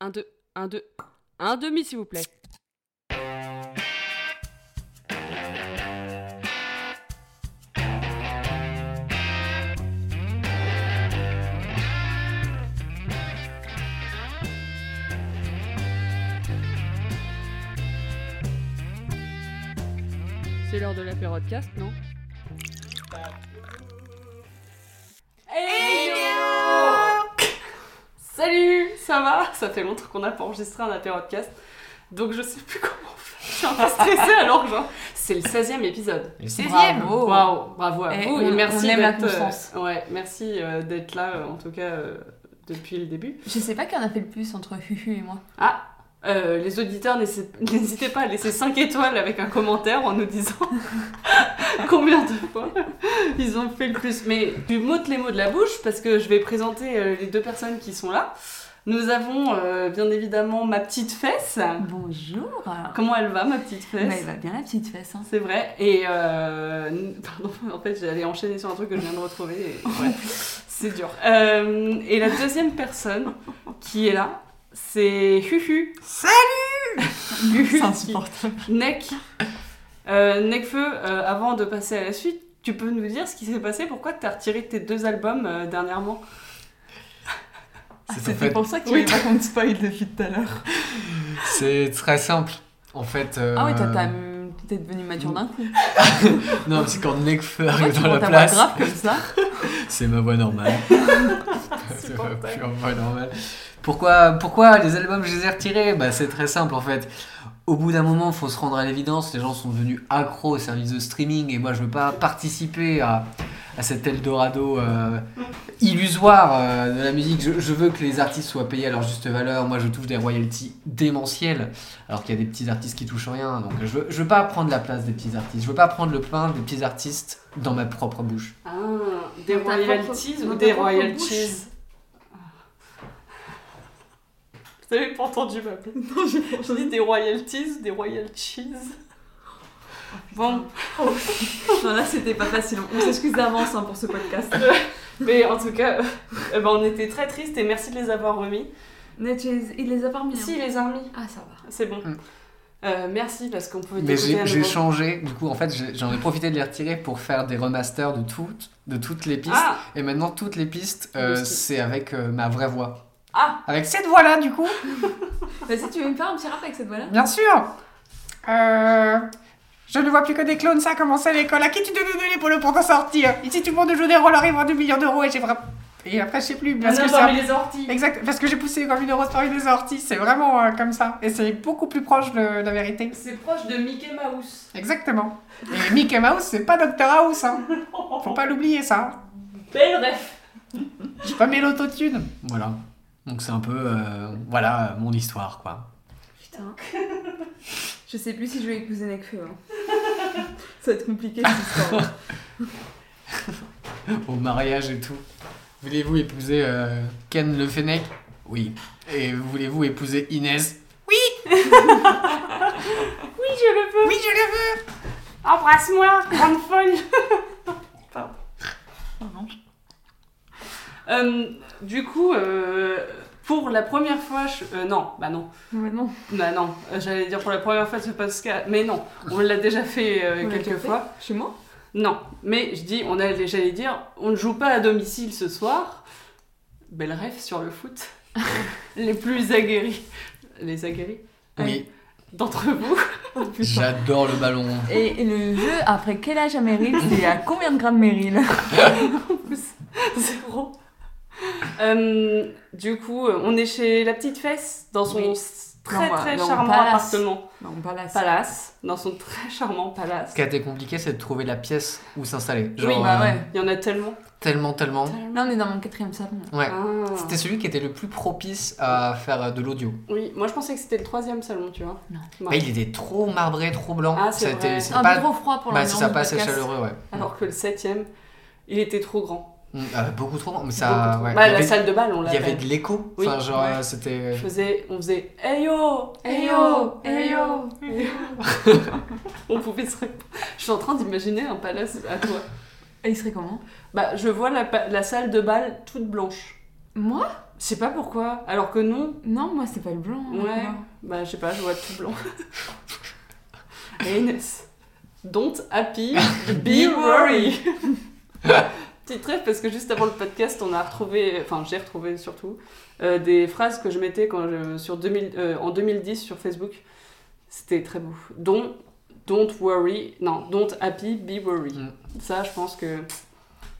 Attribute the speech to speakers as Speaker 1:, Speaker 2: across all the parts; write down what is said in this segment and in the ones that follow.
Speaker 1: Un, deux, un, deux, un demi, s'il vous plaît. C'est l'heure de la podcast, non Salut, ça va Ça fait longtemps qu'on n'a pas enregistré un apérodcast, donc je sais plus comment faire. Je suis un peu stressée alors, genre, c'est le 16e épisode.
Speaker 2: Le
Speaker 3: 16e.
Speaker 2: Bravo.
Speaker 1: Waouh, bravo à
Speaker 3: Eh,
Speaker 1: vous
Speaker 3: on-
Speaker 1: et merci
Speaker 3: on aime la
Speaker 1: d'être, euh,
Speaker 3: constance.
Speaker 1: ouais, merci euh, d'être là, euh, en tout cas euh, depuis le début.
Speaker 3: Je sais pas qui en a fait le plus entre Huhu et moi.
Speaker 1: Euh, les auditeurs, n'hésitez n'hésitez pas à laisser 5 étoiles avec un commentaire en nous disant combien de fois ils ont fait le plus. Mais tu m'ôtes les mots de la bouche parce que je vais présenter euh, les deux personnes qui sont là. Nous avons euh, bien évidemment ma petite fesse.
Speaker 3: Bonjour
Speaker 1: Comment elle va, ma petite fesse
Speaker 3: Bah, elle va bien la petite fesse, hein.
Speaker 1: C'est vrai. Et euh, n- pardon, en fait, j'allais enchaîner sur un truc que je viens de retrouver. et ouais, c'est dur. Euh, et la deuxième personne qui est là, c'est Huhu. Salut
Speaker 3: C'est
Speaker 1: Huhu,
Speaker 3: insupportable.
Speaker 1: Nec. Euh, Necfeu, euh, avant de passer à la suite, tu peux nous dire ce qui s'est passé Pourquoi tu as retiré tes deux albums euh, dernièrement
Speaker 3: Ah,
Speaker 2: C'est en
Speaker 3: C'était
Speaker 2: fait-
Speaker 3: pour ça que tu
Speaker 1: Oui.
Speaker 3: voulais pas qu'on te spoil depuis tout à l'heure.
Speaker 2: C'est très simple. En fait. euh,
Speaker 3: Ah oui, toi, t'as- hum, t'es devenu mature d'un coup.
Speaker 2: Non, parce que quand Nekfeu
Speaker 3: Pourquoi
Speaker 2: arrive
Speaker 3: tu
Speaker 2: dans la
Speaker 3: prends ta voix
Speaker 2: place,
Speaker 3: grave comme ça
Speaker 2: c'est ma voix normale. c'est ma pure voix normale. Pourquoi, pourquoi les albums je les ai retirés Bah, c'est très simple en fait. Au bout d'un moment, faut se rendre à l'évidence. Les gens sont devenus accros au service de streaming et moi, je veux pas participer à, à cet Eldorado euh, illusoire euh, de la musique. Je, je veux que les artistes soient payés à leur juste valeur. Moi, je touche des royalties démentielles, alors qu'il y a des petits artistes qui touchent rien. Donc, je veux, je veux pas prendre la place des petits artistes. Je veux pas prendre le pain des petits artistes dans ma propre bouche.
Speaker 1: ah, Des
Speaker 3: Dans ta
Speaker 1: royalties
Speaker 3: propre-
Speaker 1: ou
Speaker 3: dans
Speaker 1: des
Speaker 3: ta propre
Speaker 1: royalties Vous avez pas entendu ma blague Je dis des royalties, des royal cheese. Bon,
Speaker 3: Non, là, c'était pas facile. On s'excuse d'avance hein, pour ce podcast.
Speaker 1: mais en tout cas, euh, eh ben, on était très tristes et merci de les avoir remis.
Speaker 3: il les a parmi
Speaker 1: Si, les armies,
Speaker 3: Ah, ça va.
Speaker 1: c'est bon.
Speaker 2: Mm.
Speaker 1: Euh, merci parce qu'on pouvait
Speaker 2: Mais
Speaker 1: t'écouter à
Speaker 2: j'ai j'ai
Speaker 1: nouveau.
Speaker 2: changé, du coup en fait j'ai- j'en ai profité de les retirer pour faire des remasters de toutes, de toutes les pistes.
Speaker 1: Ah,
Speaker 2: Et maintenant toutes les pistes euh,
Speaker 1: De ce qui-
Speaker 2: c'est avec euh, ma vraie voix.
Speaker 1: Ah.
Speaker 2: Avec cette voix là du coup
Speaker 3: Vas-y, tu veux me faire un petit rap avec cette voix-là
Speaker 2: Bien sûr Euh, Je ne vois plus que des clones, ça a commencé à l'école. À qui tu devais donner pour le pour t'en sortir Ici tout le monde joue des rôles, arrive à 2 millions d'euros et j'ai vraiment. Et après je sais plus, parce
Speaker 1: on a
Speaker 2: que
Speaker 1: parmi
Speaker 2: ça.
Speaker 1: les orties.
Speaker 2: Exact, parce que j'ai poussé comme une rose par une sortie, c'est vraiment euh, comme ça. Et c'est beaucoup plus proche de la vérité.
Speaker 1: C'est proche de Mickey Mouse.
Speaker 2: Exactement. Et Mickey Mouse, c'est pas Dr House, hein. Faut pas l'oublier, ça.
Speaker 1: Belle ref.
Speaker 2: J'ai pas mis l'autotune. Voilà. Donc c'est un peu, euh, voilà, euh, mon histoire, quoi.
Speaker 3: Putain. Je sais plus si je vais épouser Nekfeu. hein. Ça va être compliqué cette histoire.
Speaker 2: Au mariage et tout. Voulez-vous épouser euh, Ken le Fennec Oui. Et voulez-vous épouser Inès
Speaker 1: Oui, je le veux.
Speaker 2: Oui, je le veux
Speaker 1: Embrasse-moi, grande folle. Pardon. Euh, du coup, euh, pour la première fois, je- euh, non, bah non,
Speaker 3: Mais non.
Speaker 1: bah non, euh, j'allais dire pour la première fois ce Pascal, mais non, on l'a déjà fait euh,
Speaker 3: On l'a
Speaker 1: quelques
Speaker 3: déjà fait
Speaker 1: fois.
Speaker 3: Chez moi
Speaker 1: Non, mais je dis, on allait, j'allais dire, on ne joue pas à domicile ce soir. Belle rêve sur le foot. Les plus aguerris, les aguerris
Speaker 2: Oui,
Speaker 1: d'entre vous.
Speaker 2: j'adore le ballon.
Speaker 3: Et le jeu, après quel âge à Meryl C'est à combien de grammes Meryl
Speaker 1: Zéro. Euh, du coup, euh, on est chez la petite fesse dans son
Speaker 3: Oui.
Speaker 1: s- très
Speaker 3: Dans un-
Speaker 1: très
Speaker 3: dans un
Speaker 1: charmant
Speaker 3: palace.
Speaker 1: appartement.
Speaker 3: Non, pas là.
Speaker 1: Palace, dans son très charmant
Speaker 2: Ce
Speaker 1: palace.
Speaker 2: qui a été compliqué, c'est de trouver la pièce où s'installer.
Speaker 1: Oui,
Speaker 2: Genre,
Speaker 3: bah
Speaker 2: euh,
Speaker 3: ouais.
Speaker 1: Il y en a tellement.
Speaker 2: tellement, tellement.
Speaker 3: Là, on est dans mon quatrième salon.
Speaker 2: Ouais.
Speaker 1: Ah.
Speaker 2: C'était celui qui était le plus propice à faire euh, de l'audio.
Speaker 1: Oui, moi je pensais que c'était le troisième salon, tu vois. Bah,
Speaker 3: Non.
Speaker 1: Bon.
Speaker 2: Ah, il était trop marbré, trop blanc.
Speaker 1: Ah, c'est
Speaker 2: C'était-
Speaker 1: vrai.
Speaker 2: c'était
Speaker 3: Un
Speaker 2: pas-
Speaker 3: peu trop froid pour
Speaker 2: Bah,
Speaker 3: l'ambiance
Speaker 2: c'est ça,
Speaker 3: du
Speaker 2: pas assez
Speaker 3: podcast.
Speaker 2: chaleureux, ouais.
Speaker 1: Alors que le septième, il était trop grand.
Speaker 2: Mm, euh, beaucoup trop grand, mais ça.
Speaker 1: Beaucoup trop-
Speaker 2: ouais.
Speaker 1: Bah,
Speaker 2: il y
Speaker 1: la
Speaker 2: avait,
Speaker 1: salle de bal, on
Speaker 2: il y avait
Speaker 1: l'appelle.
Speaker 2: de l'écho.
Speaker 1: Oui,
Speaker 2: Enfin, genre,
Speaker 1: ouais.
Speaker 2: euh, c'était.
Speaker 1: Je faisais- on faisait Hey yo
Speaker 3: Eh yo, eh yo.
Speaker 1: On pouvait se répondre. Je suis en train d'imaginer un palace à toi.
Speaker 3: Et il serait comment
Speaker 1: Bah, je vois la, pa- la salle de bal toute blanche.
Speaker 3: Moi
Speaker 1: Je sais pas pourquoi. Alors que non,
Speaker 4: Non, moi, c'est pas le blanc. hein,
Speaker 1: Ouais.
Speaker 4: moi.
Speaker 1: bah je sais pas, je vois tout blanc. Anus. Don't happy, be worry. Petite trêve parce que juste avant le podcast, on a retrouvé, enfin j'ai retrouvé surtout, euh, des phrases que je mettais quand je- sur 2000, euh, en 2010 sur Facebook. C'était très beau. Dont Don't worry, non, don't happy, be worry.
Speaker 2: Mm.
Speaker 1: Ça, je pense que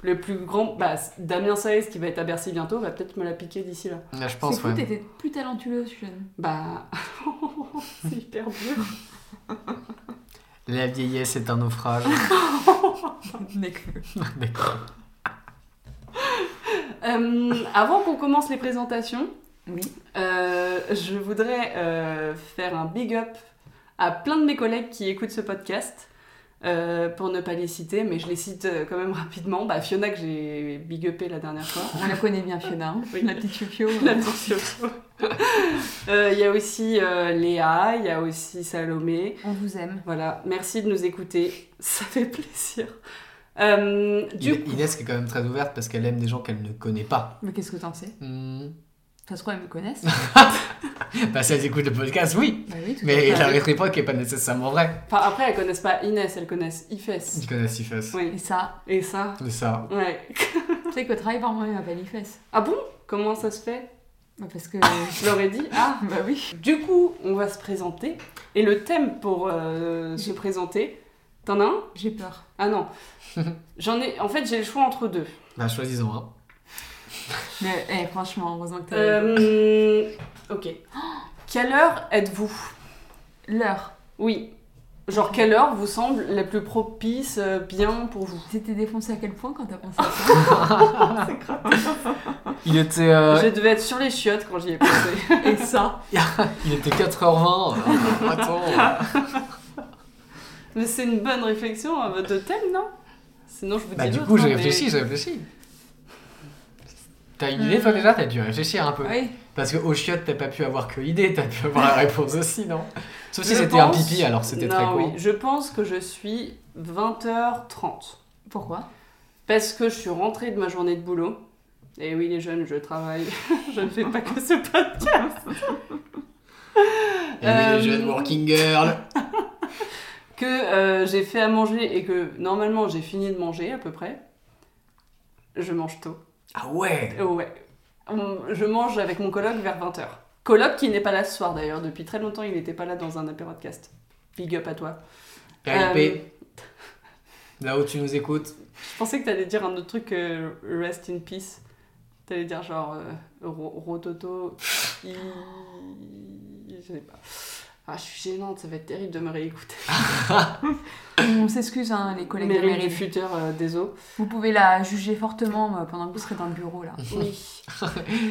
Speaker 1: le plus grand, bah Damien Saez qui va être à Bercy bientôt va peut-être me la piquer d'ici là.
Speaker 2: Là, je pense,
Speaker 4: C'est cool,
Speaker 2: ouais.
Speaker 4: t'étais plus talentueuse, jeune.
Speaker 1: Bah, c'est hyper dur.
Speaker 2: La vieillesse est un naufrage.
Speaker 4: Mec.
Speaker 2: D'accord.
Speaker 1: Euh, avant qu'on commence les présentations,
Speaker 4: Oui.
Speaker 1: euh, je voudrais euh, faire un big up à plein de mes collègues qui écoutent ce podcast. euh, pour ne pas les citer, mais je les cite euh, quand même rapidement. Bah, Fiona que j'ai big upé la dernière fois.
Speaker 4: On la connaît bien, Fiona. hein.
Speaker 1: Oui.
Speaker 4: La petite Chupio.
Speaker 1: La petite Fiona. Euh, Il y a aussi euh, Léa, il y a aussi Salomé,
Speaker 4: On vous aime.
Speaker 1: Voilà, merci de nous écouter, ça fait plaisir. Euh, du
Speaker 2: I- Inès qui est quand même très ouverte parce qu'elle aime des gens qu'elle ne connaît pas.
Speaker 4: Mais qu'est-ce que t'en sais
Speaker 2: Hmm.
Speaker 4: Ça se trouve, elles me connaissent.
Speaker 2: Bah, si elles écoutent le podcast, oui.
Speaker 4: bah oui, tout à
Speaker 2: Mais
Speaker 4: fait.
Speaker 2: la réponse n'est pas nécessairement vraie.
Speaker 1: Enfin, après, elles connaissent pas Inès, elles connaissent Ifes.
Speaker 2: Ils connaissent Sifas.
Speaker 1: Oui.
Speaker 4: Et ça,
Speaker 1: Et ça
Speaker 2: C'est ça.
Speaker 1: Ouais.
Speaker 4: tu sais qu'au travail, par moi, il m'appelle Ifes.
Speaker 1: Ah bon Comment ça se fait
Speaker 4: Bah parce que.
Speaker 1: Je leur ai dit. Ah
Speaker 4: bah oui.
Speaker 1: Du coup, on va se présenter. Et le thème pour euh, se présenter, t'en as un
Speaker 4: J'ai peur.
Speaker 1: Ah non. J'en ai. En fait, j'ai le choix entre deux.
Speaker 2: Bah, choisissons un.
Speaker 4: Mais eh, franchement, heureusement que t'as.
Speaker 1: Euh, ok. Quelle heure êtes-vous
Speaker 4: L'heure.
Speaker 1: Oui. Genre, quelle heure vous semble la plus propice, euh, bien pour vous
Speaker 4: C'était défoncé à quel point quand t'as pensé à ça
Speaker 2: Il était, euh,
Speaker 1: Je devais être sur les chiottes quand j'y ai pensé.
Speaker 4: Et ça
Speaker 2: il était 4h20. euh, Attends.
Speaker 1: Mais c'est une bonne réflexion euh, de thème, non Sinon, je vous dis.
Speaker 2: Bah, du
Speaker 1: l'autre,
Speaker 2: coup,
Speaker 1: hein,
Speaker 2: j'ai
Speaker 1: mais-
Speaker 2: réfléchi, j'ai réfléchi. T'as une idée,
Speaker 1: Hmm.
Speaker 2: toi, déjà T'as dû réfléchir un peu.
Speaker 4: Oui.
Speaker 2: Parce qu'au chiotte, t'as pas pu avoir que l'idée, t'as pu avoir la réponse aussi, non Sauf si
Speaker 1: Je
Speaker 2: c'était un
Speaker 1: pense-
Speaker 2: pipi, alors c'était
Speaker 1: Non,
Speaker 2: très court.
Speaker 1: oui, Je pense que je suis 20h30.
Speaker 4: Pourquoi
Speaker 1: Parce que je suis rentrée de ma journée de boulot. Et oui, les jeunes, je travaille. je ne fais pas que ce podcast.
Speaker 2: Et Eh oui, les
Speaker 1: Euh,
Speaker 2: jeunes working girl.
Speaker 1: Que euh, j'ai fait à manger et que normalement j'ai fini de manger à peu près. Je mange tôt.
Speaker 2: Ah ouais
Speaker 1: Euh, Ouais. Hum, Je mange avec mon coloc vers 20h. Coloc qui n'est pas là ce soir d'ailleurs. Depuis très longtemps, il n'était pas là dans un apéro de cast. Big up à toi.
Speaker 2: RIP,
Speaker 1: Euh,
Speaker 2: là où tu nous écoutes.
Speaker 1: je pensais que t'allais dire un autre truc, euh, rest in peace. T'allais dire genre euh, ro- rototo. i- Je sais pas. Ah, je suis gênante, ça va être terrible de me réécouter.
Speaker 4: On s'excuse, hein, les collègues de
Speaker 1: Mairie
Speaker 4: mairie.
Speaker 1: du futur, euh, désolé.
Speaker 4: Vous pouvez la juger fortement euh, pendant que vous serez dans le bureau, là.
Speaker 1: Oui.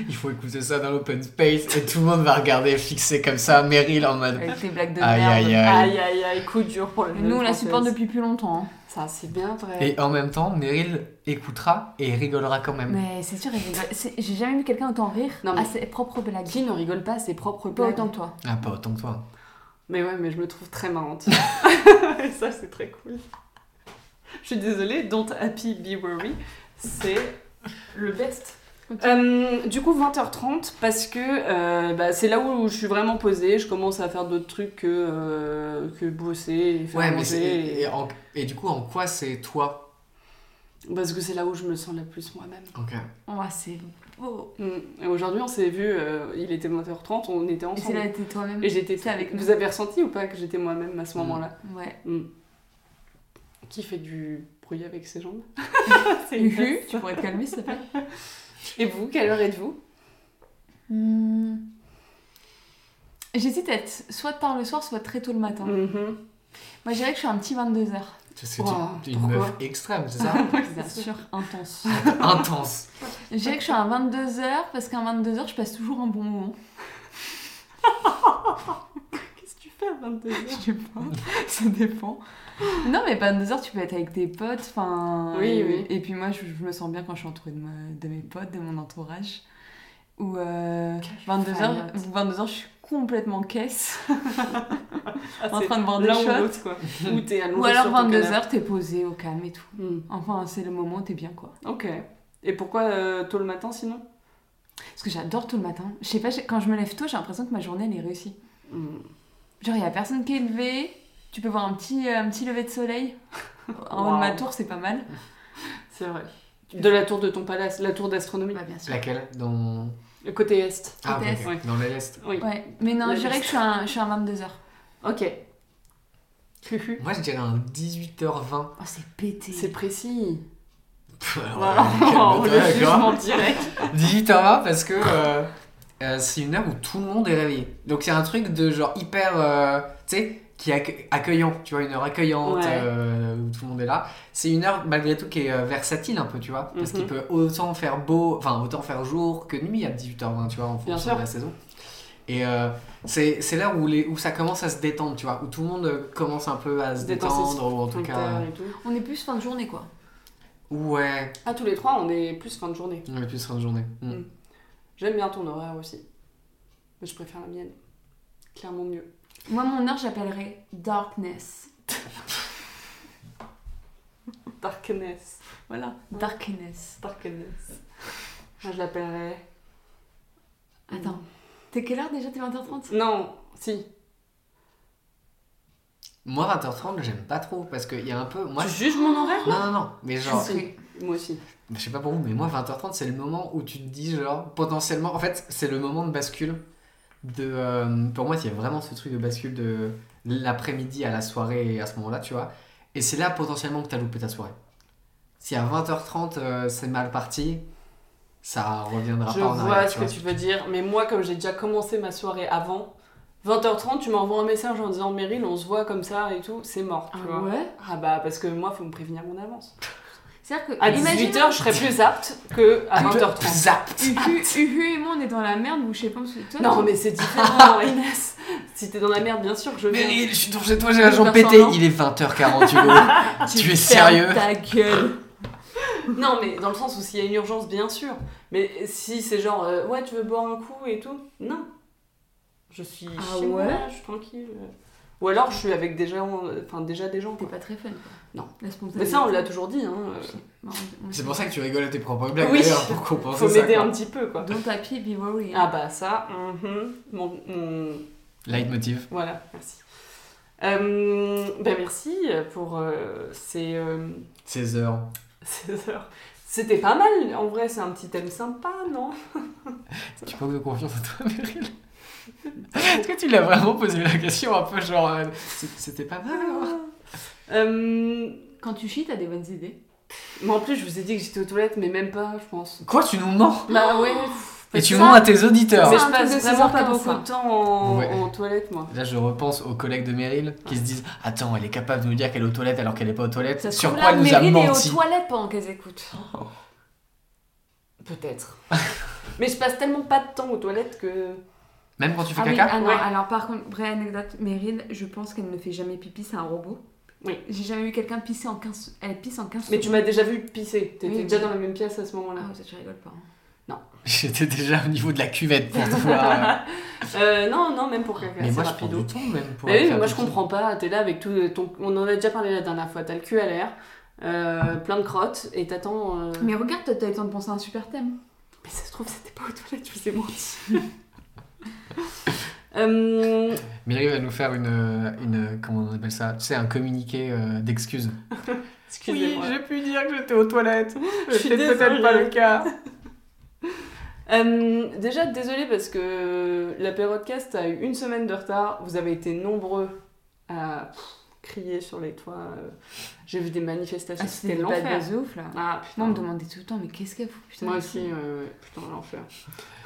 Speaker 2: Il faut écouter ça dans l'open space et tout le monde va regarder fixé comme ça, Meryl en mode.
Speaker 4: Avec tes blagues de
Speaker 2: Aïe,
Speaker 4: merde.
Speaker 2: aïe,
Speaker 1: Aïe aïe aïe, coup dur pour le
Speaker 4: Nous, on la supporte depuis plus longtemps. hein.
Speaker 1: Ça, c'est bien vrai.
Speaker 2: Et en même temps, Meryl écoutera et rigolera quand même.
Speaker 4: Mais c'est sûr, elle rigole. C'est- j'ai jamais vu quelqu'un autant rire
Speaker 1: Non, mais-
Speaker 4: à ses propres blagues.
Speaker 1: Qui ne rigole pas à ses propres
Speaker 4: Pas
Speaker 1: blagues
Speaker 4: autant que toi.
Speaker 2: Ah, pas autant que toi.
Speaker 1: Mais ouais, mais je me trouve très marrante. Et ça, c'est très cool. Je suis désolée, Don't Happy Be Worry, c'est le best. Euh, du coup, 20h30, parce que euh, bah, c'est là où je suis vraiment posée, je commence à faire d'autres trucs que, euh, que bosser et faire
Speaker 2: Ouais, mais c'est-
Speaker 1: manger.
Speaker 2: et, en- et du coup, en quoi c'est toi
Speaker 1: Parce que c'est là où je me sens la plus moi-même.
Speaker 2: Ok.
Speaker 4: Oh, c'est beau.
Speaker 1: Mm. Et Aujourd'hui, on s'est vu, euh, il était 20h30, on était
Speaker 4: Et c'est
Speaker 1: ensemble.
Speaker 4: là, t'es toi-même.
Speaker 1: Et j'étais
Speaker 4: c'est avec nous.
Speaker 1: Vous avez ressenti ou pas que j'étais moi-même à ce
Speaker 2: Mm.
Speaker 1: moment-là
Speaker 4: Ouais.
Speaker 1: Qui fait du bruit avec ses jambes C'est une
Speaker 4: Uhu, tu pourrais te calmer, s'il te plaît
Speaker 1: Et vous, quelle heure êtes-vous
Speaker 4: Hmm. J'hésite à être soit tard le soir, soit très tôt le matin.
Speaker 1: Mhm.
Speaker 4: Moi, je dirais que je suis un petit 22h.
Speaker 2: C'est
Speaker 1: Ouah,
Speaker 2: une, une
Speaker 1: pourquoi
Speaker 2: meuf extrême, c'est ça
Speaker 4: Bien sûr, intense.
Speaker 2: Intense.
Speaker 4: Je dirais que je suis un 22h parce qu'un 22h, je passe toujours un bon moment.
Speaker 1: Qu'est-ce que tu fais à 22h
Speaker 4: Je sais pas, ça dépend. Non, mais 22h, tu peux être avec tes potes. Enfin,
Speaker 1: Oui,
Speaker 4: et,
Speaker 1: oui.
Speaker 4: Et puis moi, je, je me sens bien quand je suis entourée de, ma- de mes potes, de mon entourage. Ou euh, 22h,
Speaker 1: fayette.
Speaker 4: 22h, je suis complètement caisse, en train de boire des
Speaker 1: L'un ou
Speaker 4: shots.
Speaker 1: l'autre, quoi. ou t'es allongé
Speaker 4: Ou alors
Speaker 1: sur ton canapé. Mm.
Speaker 4: 22h, t'es posé au calme et tout. Enfin, c'est le moment où t'es bien, quoi.
Speaker 1: Ok. Et pourquoi euh, tôt le matin sinon
Speaker 4: Parce que j'adore tout le matin. Je sais pas, j'ai- quand je me lève tôt, j'ai l'impression que ma journée, elle est réussie.
Speaker 1: Mm.
Speaker 4: Genre, il y a personne qui est levé. Tu peux voir un petit, euh, un petit lever de soleil. En haut de ma
Speaker 1: Wow.
Speaker 4: tour, c'est pas mal.
Speaker 1: C'est vrai. De la tour de ton palace, la tour d'astronomie,
Speaker 4: Bah, bien sûr.
Speaker 2: Laquelle Dans.
Speaker 1: le côté est.
Speaker 2: Ah, ok,
Speaker 4: Peut-être.
Speaker 2: ok.
Speaker 1: Ouais.
Speaker 2: Dans l'Est.
Speaker 1: Oui.
Speaker 4: Ouais, mais non,
Speaker 1: La
Speaker 4: je dirais
Speaker 1: liste.
Speaker 4: que je suis un, je suis un 22h.
Speaker 1: Ok. Fufu.
Speaker 2: Moi, je dirais un 18h20.
Speaker 4: Oh, c'est pété.
Speaker 1: C'est précis.
Speaker 2: Pff, alors,
Speaker 1: Voilà.
Speaker 2: calme-toi,
Speaker 1: On le
Speaker 2: d'accord.
Speaker 1: jugement direct.
Speaker 2: 18h20 parce que euh, euh, c'est une heure où tout le monde est réveillé. Donc c'est un truc de genre hyper, euh, tu sais, qui est accue- accueillant, tu vois, une heure accueillante
Speaker 1: Ouais.
Speaker 2: euh, où tout le monde est là. C'est une heure malgré tout qui est euh, versatile un peu, tu vois, parce
Speaker 1: Mhm.
Speaker 2: qu'il peut autant faire beau, enfin autant faire jour que nuit à 18h20, tu vois, en fonction
Speaker 1: sûr.
Speaker 2: de la saison. Et euh, c'est c'est l'heure où, les- où ça commence à se détendre, tu vois, où tout le monde euh, commence un peu à se
Speaker 1: Se détendre,
Speaker 2: détendre, ou en tout
Speaker 1: Donc,
Speaker 2: cas.
Speaker 1: t'as- et tout.
Speaker 4: On est plus fin de journée, quoi.
Speaker 2: Ouais,
Speaker 1: Ah, tous les trois, on est plus fin de journée.
Speaker 2: on est plus fin de journée. Mm.
Speaker 1: Mm. J'aime bien ton horaire aussi. Mais je préfère la mienne. Clairement mieux.
Speaker 4: Moi, mon heure, j'appellerais Darkness.
Speaker 1: Darkness. Voilà.
Speaker 4: Darkness.
Speaker 1: Darkness. Moi, je l'appellerais.
Speaker 4: Attends. T'es quelle heure déjà T'es 20h30
Speaker 1: Non, si.
Speaker 2: Moi, 20h30, j'aime pas trop parce qu'il y a un peu. Moi,
Speaker 1: tu juges mon horaire
Speaker 2: Non, non, non, mais genre,
Speaker 1: Si, Moi aussi.
Speaker 2: je sais pas pour vous, mais moi 20h30, c'est le moment où tu te dis, genre, potentiellement, en fait, c'est le moment de bascule. De, euh, pour moi, il y a vraiment ce truc de bascule de l'après-midi à la soirée et à ce moment-là, tu vois. Et c'est là potentiellement que t'as loupé ta soirée. Si à 20h30, euh, c'est mal parti, ça reviendra
Speaker 1: Je
Speaker 2: pas en
Speaker 1: vois
Speaker 2: arrière.
Speaker 1: ce que tu veux dire, mais moi, comme j'ai déjà commencé ma soirée avant, 20h30, tu m'envoies un message en disant Meryl, on se voit comme ça et tout, c'est mort. Tu vois.
Speaker 4: ouais
Speaker 1: Ah bah, parce que moi, faut me prévenir mon avance.
Speaker 4: C'est-à-dire que.
Speaker 1: À
Speaker 4: imagine-
Speaker 1: 18h, je serais plus apte que à 20h30.
Speaker 2: Zap
Speaker 4: Uhu, Uhu et moi, on est dans la merde, ou je sais pas, parce que toi,
Speaker 1: Non,
Speaker 4: tu-
Speaker 1: mais c'est différent, Inès. Si t'es dans la merde, bien sûr que je viens.
Speaker 2: Meryl, je suis dans chez toi, j'ai la jambe
Speaker 4: Personne,
Speaker 2: pétée.
Speaker 4: non
Speaker 2: Il est 20h40, Hugo. tu es sérieux
Speaker 4: Ferme Ta gueule.
Speaker 1: Non, mais dans le sens où s'il y a une urgence, bien sûr. Mais si c'est genre, euh, ouais, tu veux boire un coup et tout, non. Je suis
Speaker 4: Ah
Speaker 1: chez
Speaker 4: ouais
Speaker 1: moi, je suis tranquille. Ou alors, je suis avec des gens, euh, enfin déjà des gens.
Speaker 4: T'es
Speaker 1: quoi.
Speaker 4: pas très fun, quoi.
Speaker 1: Non.
Speaker 4: La spontanéité.
Speaker 1: Mais ça, on l'a toujours dit. Hein. euh,
Speaker 4: Bon, on-
Speaker 2: C'est pour ça que tu rigoles à tes propres blagues
Speaker 1: Oui.
Speaker 2: d'ailleurs pour compenser
Speaker 1: Faut
Speaker 2: ça.
Speaker 1: m'aider
Speaker 2: quoi.
Speaker 1: un petit peu, quoi.
Speaker 4: Don't happy, be worried.
Speaker 1: Ah bah ça, mhm, mon, mon-
Speaker 2: Leitmotiv.
Speaker 1: Voilà, merci. Euh, bah merci pour euh, ces, euh,
Speaker 2: 16 heures.
Speaker 1: ces heures. C'était pas mal, en vrai, c'est un petit thème sympa, non
Speaker 2: Tu manques de confiance en toi, Meryl. Est-ce que tu l'as vraiment posé la question un peu genre. euh, c- C'était pas mal hein
Speaker 1: Euh,
Speaker 4: Quand tu chies, t'as des bonnes idées.
Speaker 1: Mais en plus, je vous ai dit que j'étais aux toilettes, mais même pas, je pense.
Speaker 2: Quoi, tu nous mens
Speaker 1: Bah ouais.
Speaker 2: Et
Speaker 1: parce
Speaker 2: tu
Speaker 1: que-
Speaker 2: mens à tes auditeurs
Speaker 1: Mais je
Speaker 4: Ah, C'est un truc de
Speaker 1: passe vraiment pas
Speaker 4: 16h15,
Speaker 1: beaucoup de temps en,
Speaker 2: Ouais.
Speaker 1: en toilette, moi.
Speaker 2: Là, je repense aux collègues de Meryl qui se disent Attends, elle est capable de nous dire qu'elle est aux toilettes alors qu'elle est pas aux toilettes.
Speaker 4: Ça se
Speaker 2: Sur
Speaker 4: trouve,
Speaker 2: quoi
Speaker 4: là,
Speaker 2: elle nous a
Speaker 4: Meryl est
Speaker 2: menti Oh.
Speaker 4: aux toilettes pendant qu'elles écoutent.
Speaker 1: Peut-être. mais je passe tellement pas de temps aux toilettes que...
Speaker 2: Même quand tu fais
Speaker 4: Ah oui,
Speaker 2: caca
Speaker 4: ah non,
Speaker 1: Ouais.
Speaker 4: alors par contre, vraie anecdote, Meryl, je pense qu'elle ne fait jamais pipi, c'est un robot.
Speaker 1: Oui.
Speaker 4: J'ai jamais vu quelqu'un pisser en 15 Elle pisse en 15
Speaker 1: Mais tu m'as déjà vu pisser, t'étais
Speaker 4: Oui,
Speaker 1: déjà
Speaker 4: oui.
Speaker 1: dans la même pièce à ce moment-là.
Speaker 4: Ah, ça, tu rigoles pas. hein.
Speaker 2: J'étais déjà au niveau de la cuvette pour toi.
Speaker 1: Euh, non, non, même pour quelqu'un,
Speaker 2: mais
Speaker 1: c'est
Speaker 2: moi, je prends
Speaker 1: rapido.
Speaker 2: du temps même pour.
Speaker 1: Mais oui,
Speaker 2: faire
Speaker 1: mais moi je
Speaker 2: pipi.
Speaker 1: comprends pas, t'es là avec tout ton... On en a déjà parlé la dernière fois, t'as le cul à l'air, euh, plein de crottes, et t'attends... euh, Mais...
Speaker 4: Mais regarde, toi, t'as eu le temps de penser à un super thème.
Speaker 1: ça se trouve, c'était pas aux toilettes, je vous ai menti. Euh,
Speaker 2: Meryl va nous faire une, euh, une. euh, Comment on appelle ça Tu sais, un communiqué euh, d'excuses.
Speaker 1: Excusez-moi.
Speaker 2: pu dire que j'étais aux toilettes.
Speaker 1: Je suis C'était peut-être désolée. pas le
Speaker 2: cas.
Speaker 1: Euh, déjà, désolé parce que la podcast a eu une semaine de retard. Vous avez été nombreux à pff, crier sur les toits. euh, J'ai vu des manifestations. Ah, c'était
Speaker 4: une blague
Speaker 1: l'enfer.
Speaker 4: de ouf, là.
Speaker 1: Ah
Speaker 4: Moi,
Speaker 1: putain.
Speaker 4: on me demandait tout le temps, mais qu'est-ce qu'elle fout putain,
Speaker 1: Moi
Speaker 4: elle
Speaker 1: aussi,
Speaker 4: fout.
Speaker 1: ouais, ouais, putain, l'enfer.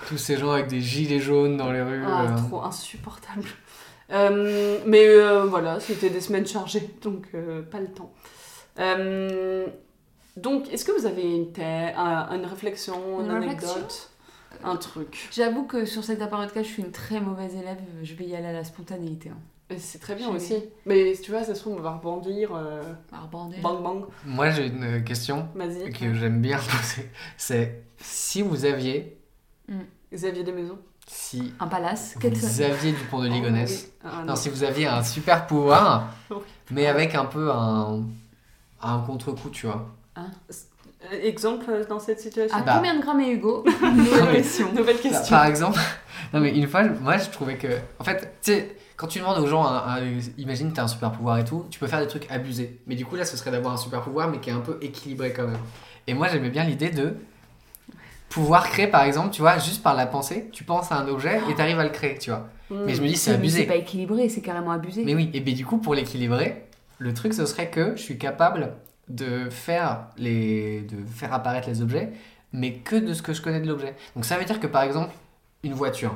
Speaker 2: Tous ces gens avec des gilets jaunes dans les rues.
Speaker 1: Ah,
Speaker 2: euh,
Speaker 1: trop insupportable. Euh, mais euh, voilà, c'était des semaines chargées, donc euh, pas le temps. Euh, donc, est-ce que vous avez une, thé- un- une réflexion, une,
Speaker 4: Une
Speaker 1: anecdote,
Speaker 4: réflexion
Speaker 1: un truc
Speaker 4: J'avoue que sur cet appareil de cas, je suis une très mauvaise élève, je vais y aller à la spontanéité. Hein.
Speaker 1: Et C'est très bien
Speaker 4: J'ai-
Speaker 1: aussi. Mais tu vois, ça se trouve, on va rebondir. euh,
Speaker 4: Alors, bordel.
Speaker 1: Bang bang,
Speaker 2: Moi, j'ai une euh, question
Speaker 1: vas-y.
Speaker 2: que j'aime bien poser. C'est si vous aviez,
Speaker 1: Xavier Desmaisons.
Speaker 2: si
Speaker 4: Un palace, quel
Speaker 2: vous aviez du pont de
Speaker 1: Oh,
Speaker 2: Ligonnès,
Speaker 1: oui. Ah, non.
Speaker 2: non, si vous aviez un super pouvoir,
Speaker 1: Oh.
Speaker 2: mais avec un peu un, un contre-coup, tu vois.
Speaker 1: Euh, Exemple euh, dans cette situation.
Speaker 4: À
Speaker 2: Bah.
Speaker 4: combien de grammes est Hugo Nouvelle question.
Speaker 1: Nouvelle
Speaker 2: Bah,
Speaker 1: question.
Speaker 2: Par exemple, non mais une fois, moi je trouvais que, en fait, tu sais, quand tu demandes aux gens, un- un- imagine t'as un super pouvoir et tout, tu peux faire des trucs abusés. Mais du coup là, ce serait d'avoir un super pouvoir, mais qui est un peu équilibré quand même. Et moi j'aimais bien l'idée de pouvoir créer, par exemple, tu vois, juste par la pensée, tu penses à un objet et t'arrives à le créer, tu vois.
Speaker 1: Hmm.
Speaker 2: Mais je me dis c'est
Speaker 4: Mais
Speaker 2: abusé.
Speaker 4: C'est pas équilibré, c'est carrément abusé.
Speaker 2: Mais oui, et bien du coup, pour l'équilibrer, le truc ce serait que je suis capable de faire, les... de faire apparaître les objets, mais que de ce que je connais de l'objet. Donc ça veut dire que par exemple, une voiture,